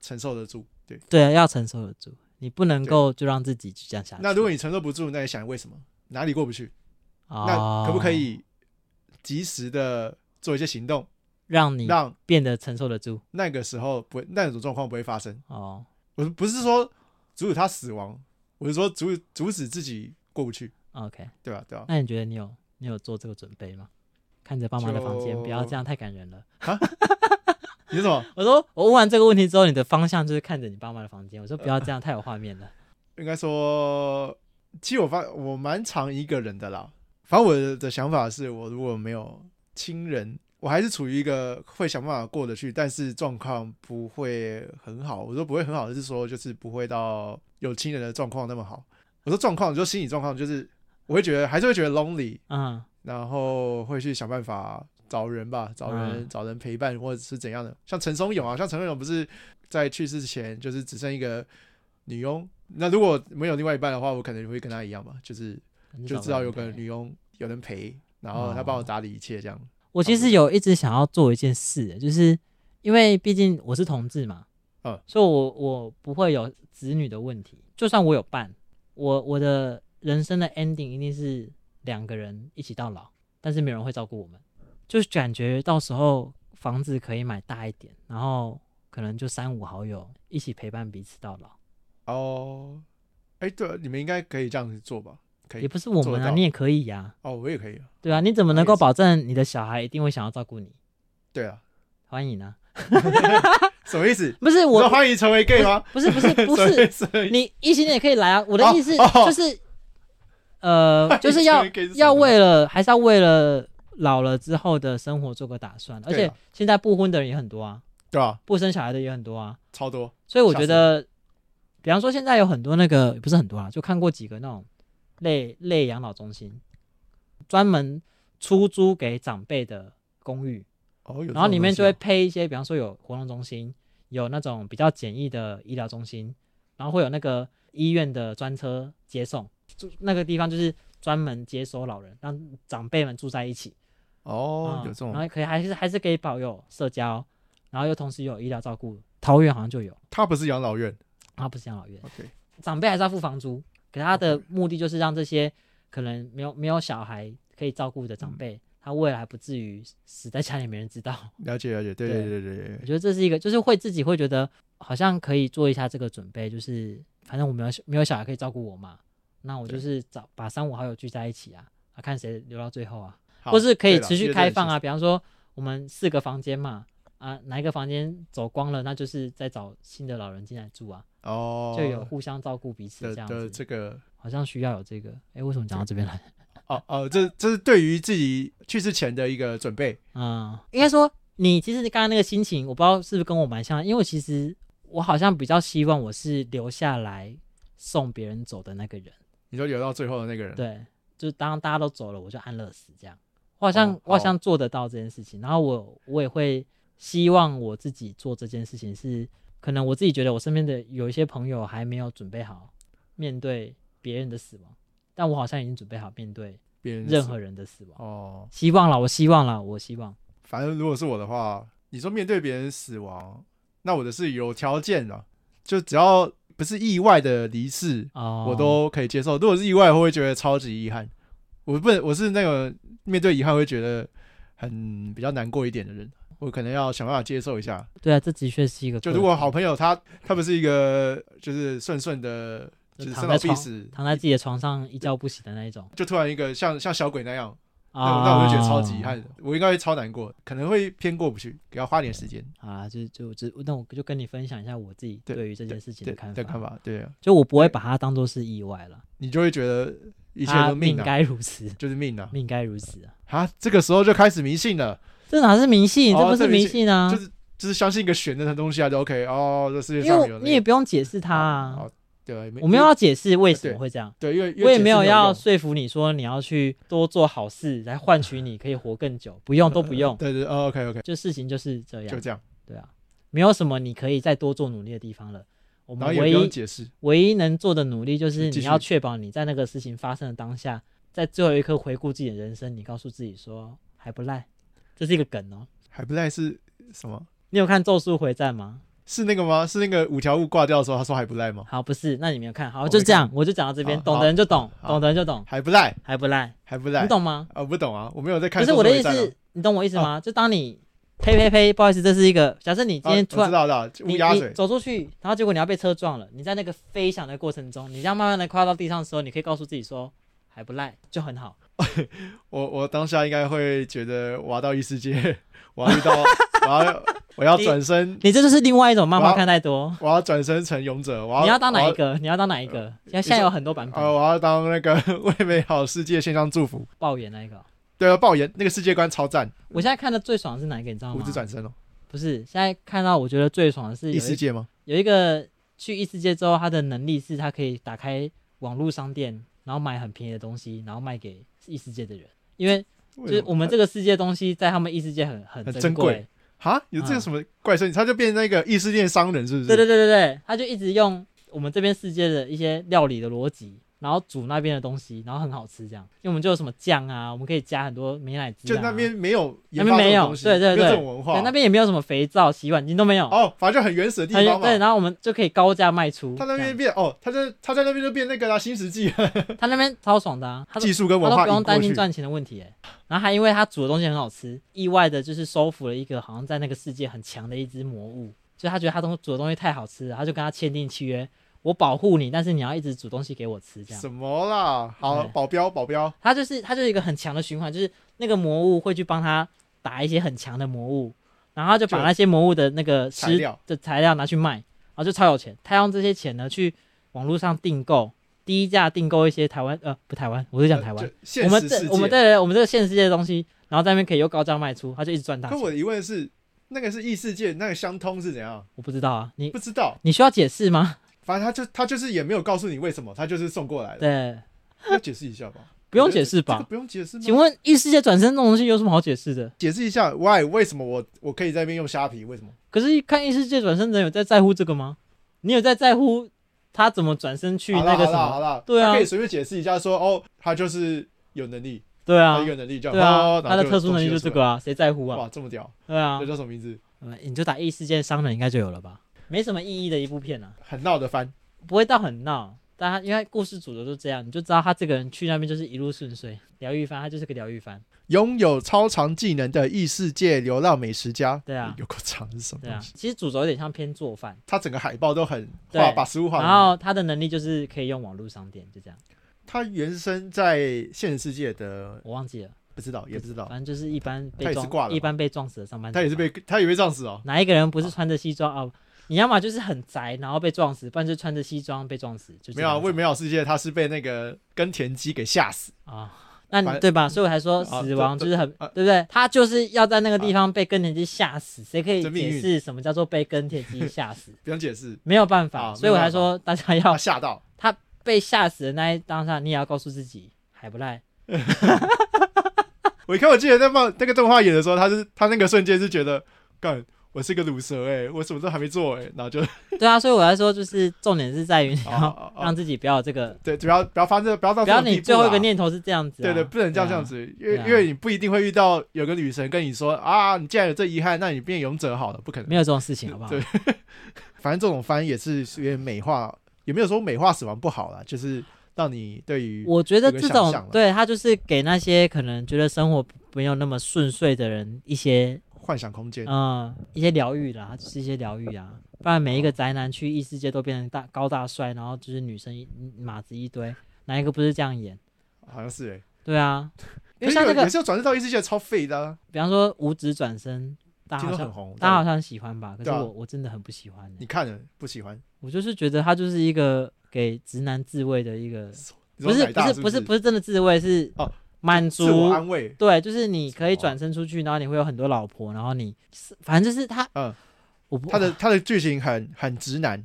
B: 承受得住，对。
A: 对，要承受得住，你不能
B: 对
A: 够就让自己就这样下去。
B: 那如果你承受不住，那你想为什么？哪里过不去，
A: 哦
B: 那可不可以及时的做一些行动，
A: 让你
B: 让
A: 变得承受得住？
B: 那个时候不会那种状况不会发生？
A: 哦，
B: 我不是说阻止他死亡，我是说阻阻止自己过不去，
A: OK，
B: 对吧？对吧？
A: 那你觉得你有你有做这个准备吗？看着爸妈的房间，不要
B: 就
A: 这样太感人了。
B: 你是什么？
A: 我说我问完这个问题之后，你的方向就是看着你爸妈的房间。我说不要 这样，太有画面了。
B: 应该说，其实我发我蛮常一个人的啦。反正我的想法是我如果没有亲人，我还是处于一个会想办法过得去，但是状况不会很好。我说不会很好，是说就是不会到有亲人的状况那么好。我说状况，就心理状况，就是我会觉得还是会觉得 lonely，
A: 嗯
B: 然后会去想办法找人吧，找人、
A: 嗯
B: 找人陪伴或者是怎样的。像陈松勇啊，像陈松勇不是在去世前就是只剩一个女佣，那如果没有另外一半的话，我可能会跟他一样嘛，就是
A: 很
B: 就
A: 少
B: 至少
A: 人
B: 有个
A: 陪哦
B: 女佣有人陪，然后他帮我打理一切这样。
A: 我其实有一直想要做一件事，欸就是因为毕竟我是同志嘛，
B: 嗯
A: 所以我我不会有子女的问题。就算我有伴，我我的人生的 ending 一定是两个人一起到老，但是没有人会照顾我们，就是感觉到时候房子可以买大一点，然后可能就三五好友一起陪伴彼此到老，
B: 哦，哎，对，你们应该可以这样子做吧？可
A: 也
B: 以
A: 不是我
B: 做
A: 们
B: 得
A: 啊，
B: 到
A: 你也可以呀、
B: 哦，我也可以啊。
A: 对啊，你怎么能够
B: 也是
A: 保证你的小孩一定会想要照顾你？
B: 对啊，
A: 欢迎啊，
B: 什么意思？
A: 不是
B: 我
A: 我
B: 说，欢迎成为 gay 吗？
A: 不是不是 不是
B: 什 么，意思
A: 你异性恋也可以来啊。我的
B: 哦
A: 意思
B: 哦哦
A: 就是， 呃，就是要
B: 可以是什么
A: 要为了，还是要为了老了之后的生活做个打算。而
B: 对啊
A: 且现在不婚的人也很多啊，
B: 对啊，
A: 不生小孩的也很多啊，
B: 超多
A: 所以我
B: 吓
A: 觉
B: 死
A: 得，比方说现在有很多那个不是很多啊，就看过几个那种类类养老中心，专门出租给长辈的公寓，
B: 哦，有这种
A: 然后里面
B: 东西
A: 就会
B: 哦
A: 配一些，比方说有活动中心，有那种比较简易的医疗中心，然后会有那个医院的专车接送，住那个地方就是专门接收老人，让长辈们住在一起。
B: 哦，
A: 嗯
B: 有这种
A: 然后可以还是还是可以保有社交，然后又同时有医疗照顾。桃园好像就有，
B: 他不是养老院
A: 然后不是养老院，
B: ，OK，
A: 长辈还是要付房租，可是他的目的就是让这些可能没有没有小孩可以照顾的长
B: 嗯
A: 辈，他未来不至于死在家里没人知道。
B: 了解了解，对
A: 对
B: 对对对对
A: 我
B: 对，
A: 觉得这是一个，就是会自己会觉得好像可以做一下这个准备，就是反正我没有没有小孩可以照顾我嘛，那我就
B: 对
A: 是找把三五好友聚在一起啊，啊看谁留到最后啊，
B: 好
A: 或是可以
B: 对啦
A: 持
B: 因
A: 续
B: 为
A: 开
B: 这个
A: 放啊，
B: 是
A: 比方说我们四个房间嘛，啊哪一个房间走光了，那就是再找新的老人进来住啊，
B: 哦，
A: 就有互相照顾彼此
B: 的
A: 这样
B: 的
A: 子，
B: 这个
A: 好像需要有这个，哎，为什么讲到这边来？
B: 哦哦，这这是对于自己去世前的一个准备，
A: 嗯，应该说你其实刚刚那个心情，我不知道是不是跟我蛮像，因为我其实我好像比较希望我是留下来送别人走的那个人，
B: 你说留到最后的那个人，
A: 对，就是当大家都走了，我就安乐死这样。我好像、
B: 哦
A: 我好像做得到这件事情，然后我我也会希望我自己做这件事情是，可能我自己觉得我身边的有一些朋友还没有准备好面对别人的死亡，但我好像已经准备好面对
B: 别人的
A: 任
B: 死
A: 何人的死亡。
B: 哦，
A: 希望了，我希望了，我希望。
B: 反正如果是我的话，你说面对别人死亡，那我的是有条件的，就只要不是意外的离世，
A: 哦，
B: 我都可以接受。如果是意外，我会觉得超级遗憾。我不能，我是那个面对遗憾会觉得很比较难过一点的人，我可能要想办法接受一下。
A: 对啊，这的确是一个
B: 就
A: 个
B: 如果好朋友他他不是一个就是顺顺的，
A: 就
B: 就是
A: 躺
B: 生
A: 在
B: 老病
A: 床
B: 死，
A: 躺在自己的床上一觉不醒的那一种
B: 就突然一个像像小鬼那样，那
A: 啊，
B: 那我就觉得超级遗憾的，我应该会超难过，可能会偏过不去，给他花点时间。
A: 啊，就就就那我就跟你分享一下我自己
B: 对
A: 对于这件事情
B: 对
A: 的看
B: 的看
A: 法，
B: 法，对啊，
A: 就我不会把它当做是意外了，
B: 你就会觉得一切
A: 它
B: 都
A: 命
B: 命啊，
A: 该如此，
B: 就是命啊
A: 命该如此啊，
B: 啊！这个时候就开始迷信了，
A: 这哪是迷信，
B: 哦
A: 这不是
B: 这迷
A: 迷
B: 信
A: 信啊
B: 就，是就是相信一个玄的东西啊，就 OK 哦，这世界
A: 因
B: 上有
A: 为
B: 那
A: 你也
B: 个
A: 不用解释它
B: 哦
A: 啊，
B: 哦对啊，
A: 我没有要解释为什
B: 对
A: 么会这样。
B: 对，因为因为
A: 我也
B: 解释
A: 没
B: 没
A: 有要
B: 用
A: 说服你说你要去多做好事来换取你可以活更久，不用都不 用，
B: 呃对对，OK OK，
A: 就事情就是这样，
B: 就这样，
A: 对啊，没有什么你可以再多做努力的地方了。我
B: 然
A: 们
B: 后也不
A: 唯
B: 用
A: 一
B: 解释，
A: 唯一能做的努力就是
B: 继
A: 你
B: 续
A: 要确保你在那个事情发生的当下，在最后一刻回顾自己的人生，你告诉自己说还不赖，这是一个梗哦。
B: 还不赖是什么？
A: 你有看《咒术回战》吗？
B: 是那个吗？是那个五条悟挂掉的时候，他说还不赖吗？
A: 好，不是，那你没有看好，
B: 我
A: 就
B: 没
A: 这样，我就讲到这边，
B: 好
A: 懂的人就懂，
B: 好
A: 懂的人就懂，
B: 还不赖，
A: 还不赖，
B: 还不赖。
A: 你？懂吗？
B: 啊，不懂啊，我没有在看。
A: 不是我的意
B: 哦
A: 思，，你懂我意思吗？就当你呸呸呸，不好意思，这是一个假设，你今
B: 啊、
A: 天突
B: 我
A: 然
B: 知道了，乌
A: 你
B: 鸦
A: 你
B: 嘴。
A: 走出去，然后结果你要被车撞了，你在那个飞翔的过程中，你这样慢慢的跨到地上的时候，你可以告诉自己说还不赖，就很好。
B: 我我当下应该会觉得我要到异世界，我要遇到， 我要我要转身，
A: 你这就是另外一种漫
B: 我
A: 画
B: 要
A: 看太多。
B: 我要转身成勇者。我要
A: 你要当哪一
B: 个？
A: 个？你要当哪一
B: 呃
A: 个？现在现在有很多版
B: 啊，
A: 本，
B: 我要当那个 为美好世界献上祝福。
A: 抱怨那一个。
B: 对啊，爆言那个世界观超赞，
A: 我现在看的最爽的是哪一个？你知道
B: 五
A: 吗
B: 指？转身哦，
A: 不是，现在看到我觉得最爽的是
B: 异
A: 有
B: 世
A: 一
B: 界吗？
A: 有一个去异世界之后，他的能力是他可以打开网络商店，然后买很便宜的东西，然后卖给异世界的人，因为就是我们这个世界东西在他们异世界很很
B: 很珍
A: 珍
B: 贵。哈，有这个什么怪声？他就变成那个异世界商人，是不是？
A: 啊对对对对对，他就一直用我们这边世界的一些料理的逻辑，然后煮那边的东西，然后很好吃这样。因为我们就有什么酱啊，我们可以加很多美乃滋、
B: 就
A: 啊，
B: 那边没有
A: 那
B: 研发
A: 边
B: 这
A: 没
B: 种
A: 有，
B: 东西，
A: 对对
B: 没有这
A: 对
B: 种，文化
A: 对，那边也没有什么肥皂、洗碗巾都没有，
B: 哦，反正就很原始的
A: 他
B: 地
A: 就
B: 方嘛
A: 对，。然后我们就可以高价卖出。
B: 他那
A: 这
B: 边
A: 样
B: 变哦，他在他在那边就变那个啦，新石纪
A: 他那边超爽的啊，他都
B: 技术跟
A: 他
B: 文
A: 都
B: 化
A: 不
B: 引
A: 用
B: 过
A: 担心
B: 去。
A: 赚钱的问题哎。然后还因为他煮的东西很好吃，意外的就是收服了一个好像在那个世界很强的一只魔物，所以他觉得他东煮的东西太好吃了，他就跟他签订契约，我保护你，但是你要一直煮东西给我吃这样。
B: 什么啦？好，
A: 对
B: 保镖保镖，
A: 他就是他就是一个很强的循环，就是那个魔物会去帮他打一些很强的魔物，然后他就把
B: 就
A: 那些魔物的那个
B: 材
A: 石
B: 料
A: 的材料拿去卖，然后就超有钱。他用这些钱呢去网络上订购，低价订购一些台湾呃不台湾，我是讲台湾
B: 呃，就现
A: 我们
B: 实
A: 这
B: 世
A: 我们
B: 界。
A: 这我们这个现实世界的东西，然后在那边可以又高价卖出，他就一直赚大
B: 可
A: 钱。
B: 我
A: 我
B: 的疑问是，那个是异世界，那个相通是怎样？
A: 不知道啊，你
B: 不知道，
A: 你需要解释吗？
B: 反正他就他就是也没有告诉你为什么，他就是送过来的。
A: 对，
B: 要解释一下吧？
A: 不用解释
B: 这个
A: 吧？
B: 不用解释吗？
A: 请问异世界转身这种东西有什么好解释的？
B: 解释一下 why 为什么我我可以在那边用虾皮？为什么？
A: 可是看异世界转身的人有在在乎这个吗？你有在在乎他怎么转身去
B: 好
A: 那
B: 啦
A: 个
B: 好
A: 什
B: 啦好
A: 么？
B: 啦，
A: 对啊
B: 他可以随便解释一下说哦，他就是有能力，
A: 对
B: 他
A: 啊
B: 一，个能力叫
A: 对啊，
B: 哦然
A: 他
B: 后
A: 的
B: 就
A: 特殊能力
B: 东
A: 就
B: 西
A: 这
B: 出来
A: 个啊，谁在乎啊？
B: 哇，这么屌，
A: 对啊
B: 这，叫什么名字？
A: 呃你就打异世界商人应该就有了吧？没什么意义的一部片啊，
B: 很闹的番，
A: 不会到很闹，但他因为故事主轴就这样，你就知道他这个人去那边就是一路顺遂，疗愈番，他就是个疗愈番，
B: 拥有超常技能的异世界流浪美食家。
A: 对啊
B: 有够长是什么
A: 对啊
B: 东西？，
A: 其实主轴有点像偏做饭，
B: 他整个海报都很
A: 对
B: 画，把食物画得
A: 然
B: 很好。
A: 后他的能力就是可以用网络商店，就这样，
B: 他原生在现实世界的，
A: 我忘记了，
B: 不知道也不知道，
A: 反正就是一般
B: 他
A: 被
B: 也是挂了
A: 撞，
B: 吧
A: 一般被撞死的上班族吧，
B: 他也是被他也被撞死哦。
A: 哪一个人不是穿着西装啊？你要么就是很宅，然后被撞死；，不然就穿着西装被撞死。就这
B: 没有啊，
A: 两种
B: 为美好世界，他是被那个耕田机给吓死。
A: 啊，那
B: 反
A: 你对吧？所以我才说死亡
B: 啊
A: 就是很、
B: 啊
A: 对不对？他就是要在那个地方被耕田机吓死，谁可以
B: 这命运
A: 解释什么叫做被耕田机吓死？
B: 不用解释，
A: 没有办法，
B: 啊
A: 所以我才说大家要
B: 他吓到。
A: 被吓死的那一当下，你也要告诉自己还不赖。
B: 我一看，我记得那放那个动画演的时候，他是他那个瞬间是觉得，干，我是个卤蛇哎、我什么都还没做哎、然后就
A: 对啊，所以我才说就是重点是在于你
B: 啊啊
A: 要
B: 啊
A: 让自己不要有这个，
B: 对，不要不要发这不要到
A: 不
B: 这
A: 要
B: 种地
A: 你
B: 步
A: 最后一个
B: 啦
A: 念头是这样子啊、
B: 对对，不能这样这样
A: 对啊。
B: 子，因为、
A: 对啊
B: 因为你不一定会遇到有个女神跟你说啊，你既然有这遗憾，那你变勇者好了，不可能
A: 啊没。有这种事情，好不好
B: 对？反正这种番也是有点美化，也没有说美化死亡不好啦，就是让你对于
A: 我觉得
B: 有个
A: 这
B: 想
A: 种
B: 象了
A: 对他就是给那些可能觉得生活没有那么顺遂的人一些
B: 幻想空间。
A: 嗯一些疗愈啦，就是一些疗愈啊。不然
B: 哦
A: 每一个宅男去异世界都变成大高大帅，然后就是女生一嗯马子一堆，哪一个不是这样演？
B: 好像是哎、欸，
A: 对啊，因
B: 可
A: 为
B: 是
A: 像这
B: 有也
A: 个，
B: 是要转世到异世界超废的、啊，
A: 比方说五指转身，大家
B: 听
A: 啊好
B: 说很
A: 像
B: 红。
A: 大家好
B: 对
A: 像喜欢吧，可是
B: 对啊
A: 我我真的很不喜欢欸、
B: 你看了不喜欢？
A: 我就是觉得他就是一个给直男自慰的一个，
B: 你
A: 不
B: 说
A: 是
B: 奶
A: 不
B: 大
A: 是
B: 是
A: 不是不
B: 是
A: 是真的自慰，是
B: 哦
A: 满
B: 自我
A: 足
B: 安慰，
A: 对，就是你可以
B: 什么啊
A: 转身出去，然后你会有很多老婆，然后你是反正就是他，
B: 嗯，
A: 我不
B: 他的他的剧情很很直男。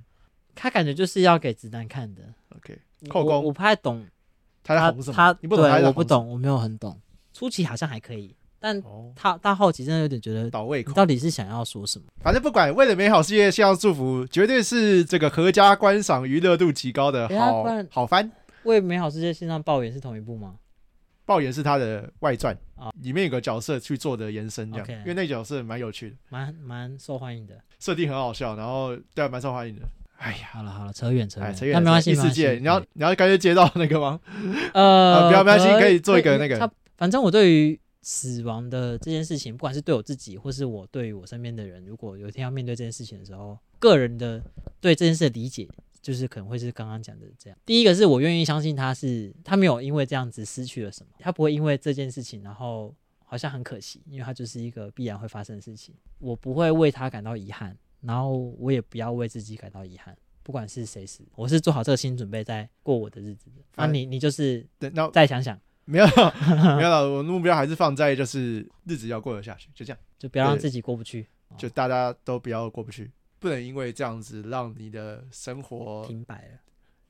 A: 他感觉就是要给直男看的。
B: OK，
A: 我
B: 后宫
A: 我我不太懂
B: 他在
A: 他
B: 红什么？
A: 他
B: 你不懂他
A: 对
B: 在
A: 我
B: 红
A: 不
B: 什么。
A: 懂，我没有很懂。初期好像还可以，但
B: 哦，
A: 他到后期真的有点觉得
B: 倒胃
A: 你
B: 口。
A: 到底是想要说什么？
B: 反正不管，为了美好世界，向祝福，绝对是这个合家观赏、娱乐度极高的
A: 哎呀
B: 好
A: 不然
B: 好番。
A: 为美好世界献上抱怨是同一部吗？
B: 豹眼是他的外传
A: 哦
B: 里面有个角色去做的延伸，这样
A: OK
B: 因为那角色蛮有趣的，
A: 蛮蛮受欢迎的。
B: 设定很好笑，然后对啊，蛮受欢迎的。哎呀，
A: 好了好了，扯远扯
B: 哎，
A: 远，
B: 陈远，
A: 那没关系，
B: 异
A: 没
B: 世
A: 关
B: 界，
A: 系。
B: 你要你要干脆接到那个吗？
A: 呃，
B: 啊不要没关系可
A: 可
B: 以做一个那个
A: 差不。反正我对于死亡的这件事情，不管是对我自己，或是我对于我身边的人，如果有一天要面对这件事情的时候，个人的对这件事的理解，就是可能会是刚刚讲的这样。第一个是我愿意相信他是他没有因为这样子失去了什么，他不会因为这件事情然后好像很可惜，因为它就是一个必然会发生的事情。我不会为他感到遗憾，然后我也不要为自己感到遗憾。不管是谁死，我是做好这个心理准备，在过我的日子的。那、
B: 反
A: 啊你你就是
B: 对，那
A: 再想想，
B: 没有没有了，我目标还是放在就是日子要过得下去，就这样，
A: 就不要让
B: 对
A: 自己过不去，
B: 就大家都不要过不去，不能因为这样子让你的生活
A: 停摆了。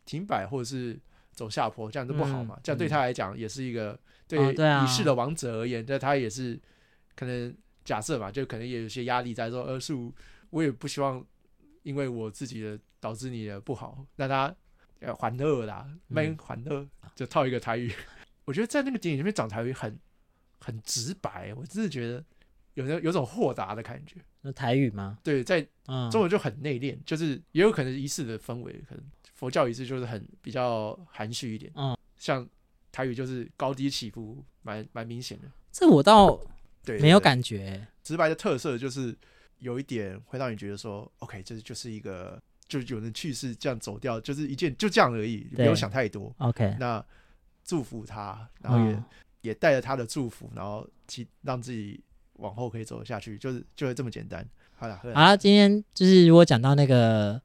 B: 停摆或者是走下坡，这样都不好嘛。
A: 嗯
B: 这样对
A: 嗯
B: 他来讲也是一个
A: 哦对啊
B: 对已逝的王者而言，那、他也是可能假设嘛，就可能也有一些压力在说，呃，是我我也不希望因为我自己的导致你的不好，让他呃还乐啦，
A: 嗯
B: 闷还乐，就套一个台语。 我觉得在那个电影里面讲台语很很直白，我真的觉得有那有种豁达的感觉。
A: 那台语吗？
B: 对，在
A: 嗯，
B: 中文就很内敛，就是也有可能仪式的氛围，可能佛教仪式就是很比较含蓄一点。
A: 嗯，
B: 像台语就是高低起伏，蛮蛮明显的。
A: 这我倒
B: 对，
A: 没有
B: 对
A: 感觉。
B: 直白的特色就是有一点会让你觉得说，OK，这就是一个就有人去世这样走掉，就是一件就这样而已，不
A: 对
B: 用想太多。
A: OK，
B: 那祝福他，然后也、
A: 嗯
B: 也带着他的祝福，然后其让自己往后可以走得下去，就是就是这么简单。好了，好
A: 好
B: 啦
A: 啦，今天就是如果讲到那个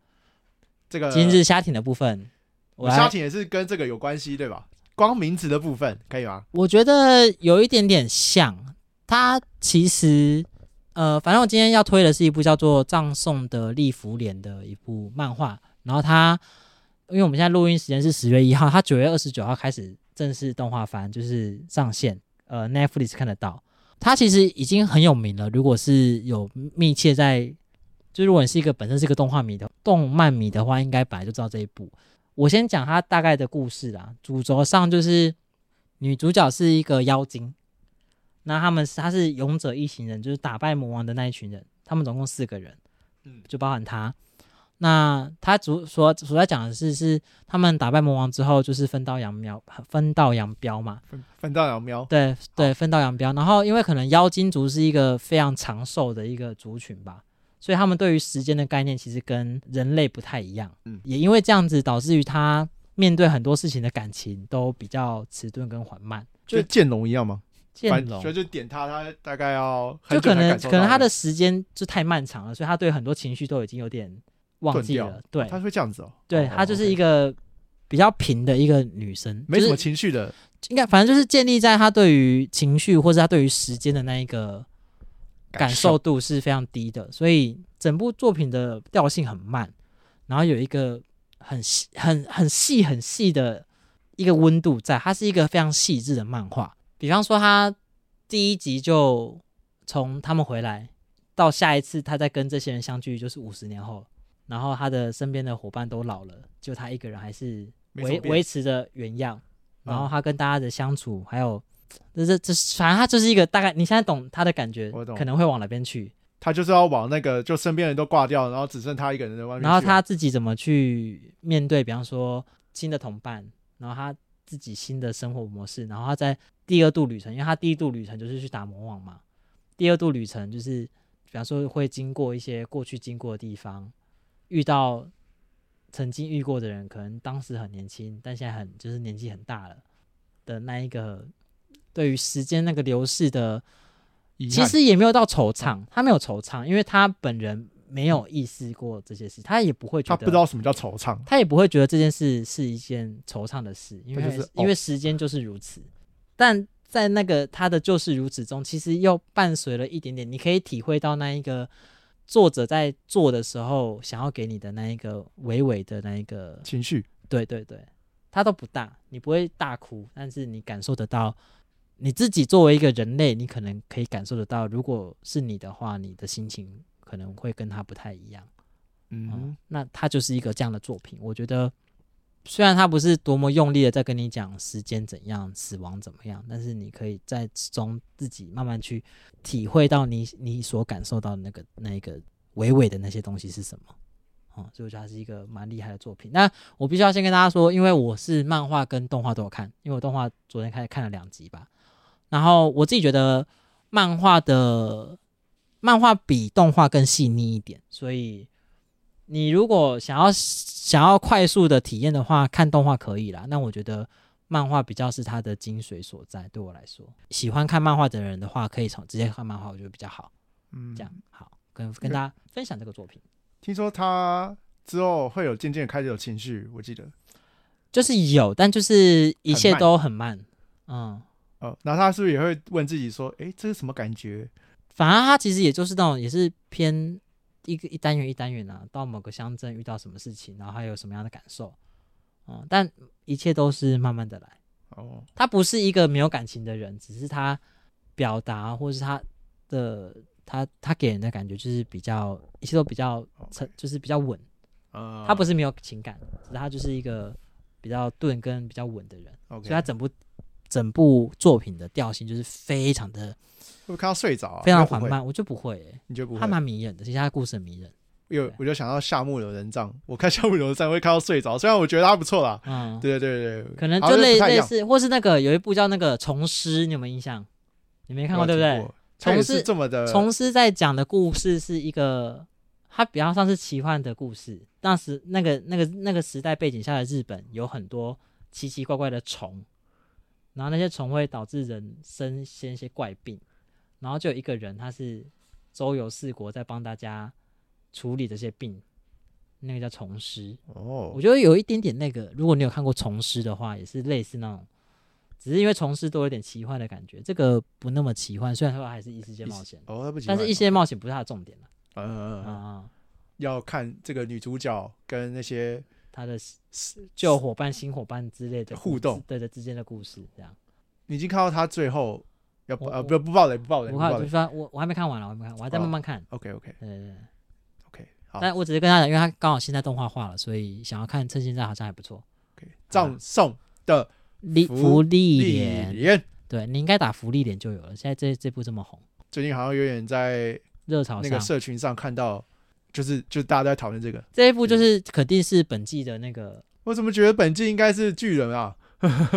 B: 这个
A: 今日虾艇的部分，我
B: 呃我
A: 来
B: 家庭也是跟这个有关系，对吧？光名字的部分可以吗？
A: 我觉得有一点点像，它其实呃，反正我今天要推的是一部叫做《葬送的利福莲》的一部漫画，然后它因为我们现在录音时间是十月一号，它九月二十九号开始正式动画番就是上线，呃，Netflix 看得到。它其实已经很有名了，如果是有密切在，就如果你是一个本身是一个动画迷的动漫迷的话，应该本来就知道这一部。我先讲它大概的故事啦，主轴上就是女主角是一个妖精，那他们是她是勇者一行人，就是打败魔王的那一群人，他们总共四个人，
B: 嗯
A: 就包含她。那她主所所在讲的是，是他们打败魔王之后，就是分道扬镳，分道扬镳嘛，
B: 分分道扬镳。
A: 对
B: 哦
A: 对，分道扬镳。然后因为可能妖精族是一个非常长寿的一个族群吧，所以他们对于时间的概念其实跟人类不太一样。
B: 嗯
A: 也因为这样子，导致于他面对很多事情的感情都比较迟钝跟缓慢。
B: 就
A: 就
B: 剑龙一样吗？
A: 见龙
B: 所以就点他，他大概要
A: 就
B: 很久
A: 可
B: 才
A: 能
B: 感受
A: 可
B: 到
A: 能他的时间就太漫长了，所以他对很多情绪都已经有点忘
B: 钝
A: 记
B: 掉
A: 了。对
B: 他会这样子哦。
A: 对，
B: 哦
A: 她就是一
B: ，OK
A: 个比较平的一个女生，
B: 没
A: 就
B: 什么
A: 是
B: 情绪的，
A: 应该反正就是建立在她对于情绪或是她对于时间的那一个感
B: 感
A: 受度是非常低的，所以整部作品的调性很慢，然后有一个很细、很很细、很细的一个温度在，它是一个非常细致的漫画。比方说，他第一集就从他们回来到下一次他再跟这些人相聚，就是五十年后，然后他的身边的伙伴都老了，就他一个人还是
B: 没什么
A: 维
B: 变
A: 维持着原样，然后
B: 嗯
A: 他跟大家的相处，还有这这这，反正他就是一个大概，你现在懂他的感觉，
B: 我懂
A: 可能会往哪边去，
B: 他就是要往那个就身边人都挂掉，然后只剩他一个人在外面去。
A: 然后他自己怎么去面对，比方说新的同伴，然后他自己新的生活模式，然后他在第二度旅程，因为他第一度旅程就是去打魔王嘛，第二度旅程就是比方说会经过一些过去经过的地方，遇到曾经遇过的人，可能当时很年轻，但现在很就是年纪很大了的那一个。对于时间那个流逝的，
B: 遗
A: 其
B: 憾
A: 实也没有到惆怅，他没有惆怅，因为他本人没有意识过这些事，他也不会觉
B: 嗯他
A: 得，
B: 不知道什么叫惆怅，
A: 他也不会觉得这件事是一件惆怅的事，因为、
B: 他就是哦
A: 因为时间就是如此。但在那个他的就是如此中，其实又伴随了一点点，你可以体会到那一个作者在做的时候想要给你的那一个娓娓的那一个
B: 情绪
A: 对对对，它都不大，你不会大哭，但是你感受得到，你自己作为一个人类，你可能可以感受得到，如果是你的话，你的心情可能会跟他不太一样。
B: 嗯
A: 哦嗯，那它就是一个这样的作品，我觉得虽然他不是多么用力的在跟你讲时间怎样、死亡怎么样，但是你可以在其中自己慢慢去体会到你你所感受到的那个那个娓娓的那些东西是什么。哦、所以我觉得它是一个蛮厉害的作品。那我必须要先跟大家说，因为我是漫画跟动画都有看，因为我动画昨天开始看了两集吧。然后我自己觉得漫画的漫画比动画更细腻一点，所以你如果想要想要快速的体验的话，看动画可以啦。那我觉得漫画比较是它的精髓所在，对我来说，喜欢看漫画的人的话，可以从直接看漫画，我觉得比较好。
B: 嗯，
A: 这样好，跟跟大家分享这个作品。
B: 听说他之后会有渐渐开始有情绪，我记得。
A: 就是有，但就是一
B: 很
A: 切
B: 慢
A: 都很慢。嗯，
B: 哦，然后他是不是也会问自己说：“诶，这是什么感觉
A: 反而它其实也就是那种，也是偏一个一单元一单元啊，到某个乡镇遇到什么事情，然后还有什么样的感受。嗯，但一切都是慢慢的来。？”
B: 哦，
A: 他不是一个没有感情的人，只是他表达或是他的他他给人的感觉就是比较一切都比较
B: 哦
A: 沉，就是比较稳。
B: 呃，
A: 他不是没有情感，只是他就是一个比较钝跟比较稳的人。
B: OK，
A: 所以他整部整部作品的调性就是非常的
B: 会不会看到睡着啊？
A: 非常
B: 应该不
A: 缓
B: 会，
A: 慢，我就不会、欸，
B: 你就不
A: 他
B: 会？
A: 蛮迷人的，其实他的故事很迷人，
B: 有
A: 对，
B: 我就想到夏目友人帐， 我看夏目友人帐会看到睡着，虽然我觉得他不错啦。
A: 嗯，
B: 啊对对对对，
A: 可能
B: 好
A: 就
B: 像
A: 类
B: 不太一
A: 类
B: 样
A: 似，或是那个有一部叫那个《虫师》，你有没有印象？你没看过对不对？？
B: 他
A: 从
B: 也是
A: 事
B: 这么的，
A: 《虫师》在讲的故事是一个，它比较像是奇幻的故事。当时那个那个那个时代背景下的日本有很多奇奇怪怪的虫，然后那些虫会导致人身先一些怪病，然后就有一个人他是周游四国在帮大家处理这些病，那个叫虫师。
B: 哦
A: 我，觉得有一点点那个，如果你有看过《虫师》的话，也是类似那种，只是因为《虫师》都有点奇幻的感觉，这个不那么奇幻，虽然说还是异世界冒险，
B: 哦，他不喜
A: 但
B: 欢，
A: 是异世界冒险不是它的重点了
B: 嗯嗯嗯嗯，
A: 啊，
B: 要看这个女主角跟那些
A: 它的旧伙伴、新伙伴之类的
B: 互动，
A: 对的之间的故事这样。
B: 你已经看到他最后要不
A: 我
B: 呃
A: 我
B: 不不爆雷不爆雷
A: 我
B: 不爆
A: 看就
B: 雷
A: 是说我我还没看完啊了，我还没看，我还在慢慢看。
B: ，OK OK
A: 对对对，
B: 哦 OK，好
A: 但我只是跟他讲，因为他刚好现在动画化了，所以想要看，趁现在好像还不错。
B: OK，葬送的
A: 利
B: 福
A: 福利
B: 丽
A: 脸，
B: 莲
A: 对你应该打福利脸就有了。现在这这部这么红，
B: 最近好像有点在
A: 热潮
B: 那
A: 上
B: 个社群上看到，就是就是大家都在讨论这个，
A: 这一部就是肯定是本季的那 个，
B: 我怎么觉得本季应该是巨人啊？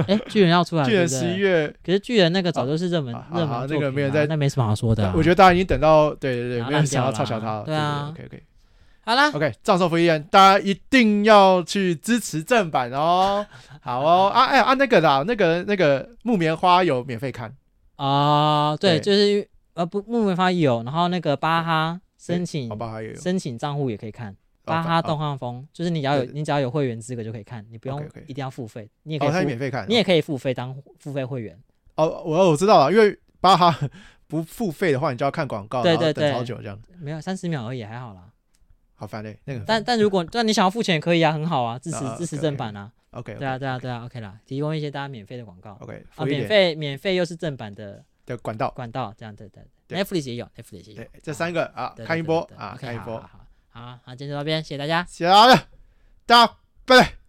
A: 哎，巨人要出来了，
B: 巨人
A: 对不
B: 十
A: 对
B: 一月，
A: 可是巨人那个早就是热门
B: 啊好
A: 热
B: 好
A: 门
B: 那
A: 作品
B: 个
A: 啊，
B: 没有在
A: 那没什么好说的啊。
B: 呃我觉得大家已经等到对
A: 然
B: 对
A: 后
B: 对，没有人
A: 烂掉
B: 想要
A: 了
B: 嘲笑他了，
A: 对啊
B: 对，OK OK
A: 好啦，
B: OK，葬送福利人，大家一定要去支持正版哦，好 哦啊哎啊那个啦，那个那个木棉花有免费看，
A: 啊，对，
B: 对
A: 就是呃不木棉花有，然后那个巴哈申请
B: 好吧还有有
A: 申请账户也可以看。嗯
B: 哦
A: 巴哈
B: 哦
A: 动画风，就是你只要有
B: 对对
A: 你只要有会员资格就可以看，你不用
B: OK，OK
A: 一定要付费，你也可
B: 哦
A: 以
B: 他也
A: 付，
B: 免费看，
A: 你也可以付费当付费会员。
B: 哦我我知道了，因为巴哈 不付费的话，你就要看广告，
A: 对
B: 然后
A: 对
B: 等
A: 对
B: 好久这样，
A: 没有三十秒而已，还好啦。
B: 好烦嘞，那个
A: 但但如果但你想要付钱也可以啊，很好啊，支持
B: 啊啊
A: 支持
B: OK，OK
A: 正版啊。
B: OK
A: 对啊对啊对啊，OK 啦，提供一些大家免费的广告
B: OK
A: 啊，
B: 福利
A: 免
B: 点
A: 费免费又是正版的
B: 的管道，
A: 管道，这样对对
B: 对
A: 对，Netflix 也有，Netflix 也有
B: 对，这三个啊
A: 对对
B: 看一波
A: 对对对
B: 啊
A: OK，
B: 看一
A: 好
B: 波
A: 好，好好，好今天就到这边，谢谢大家。
B: 谢谢大家，大家拜拜。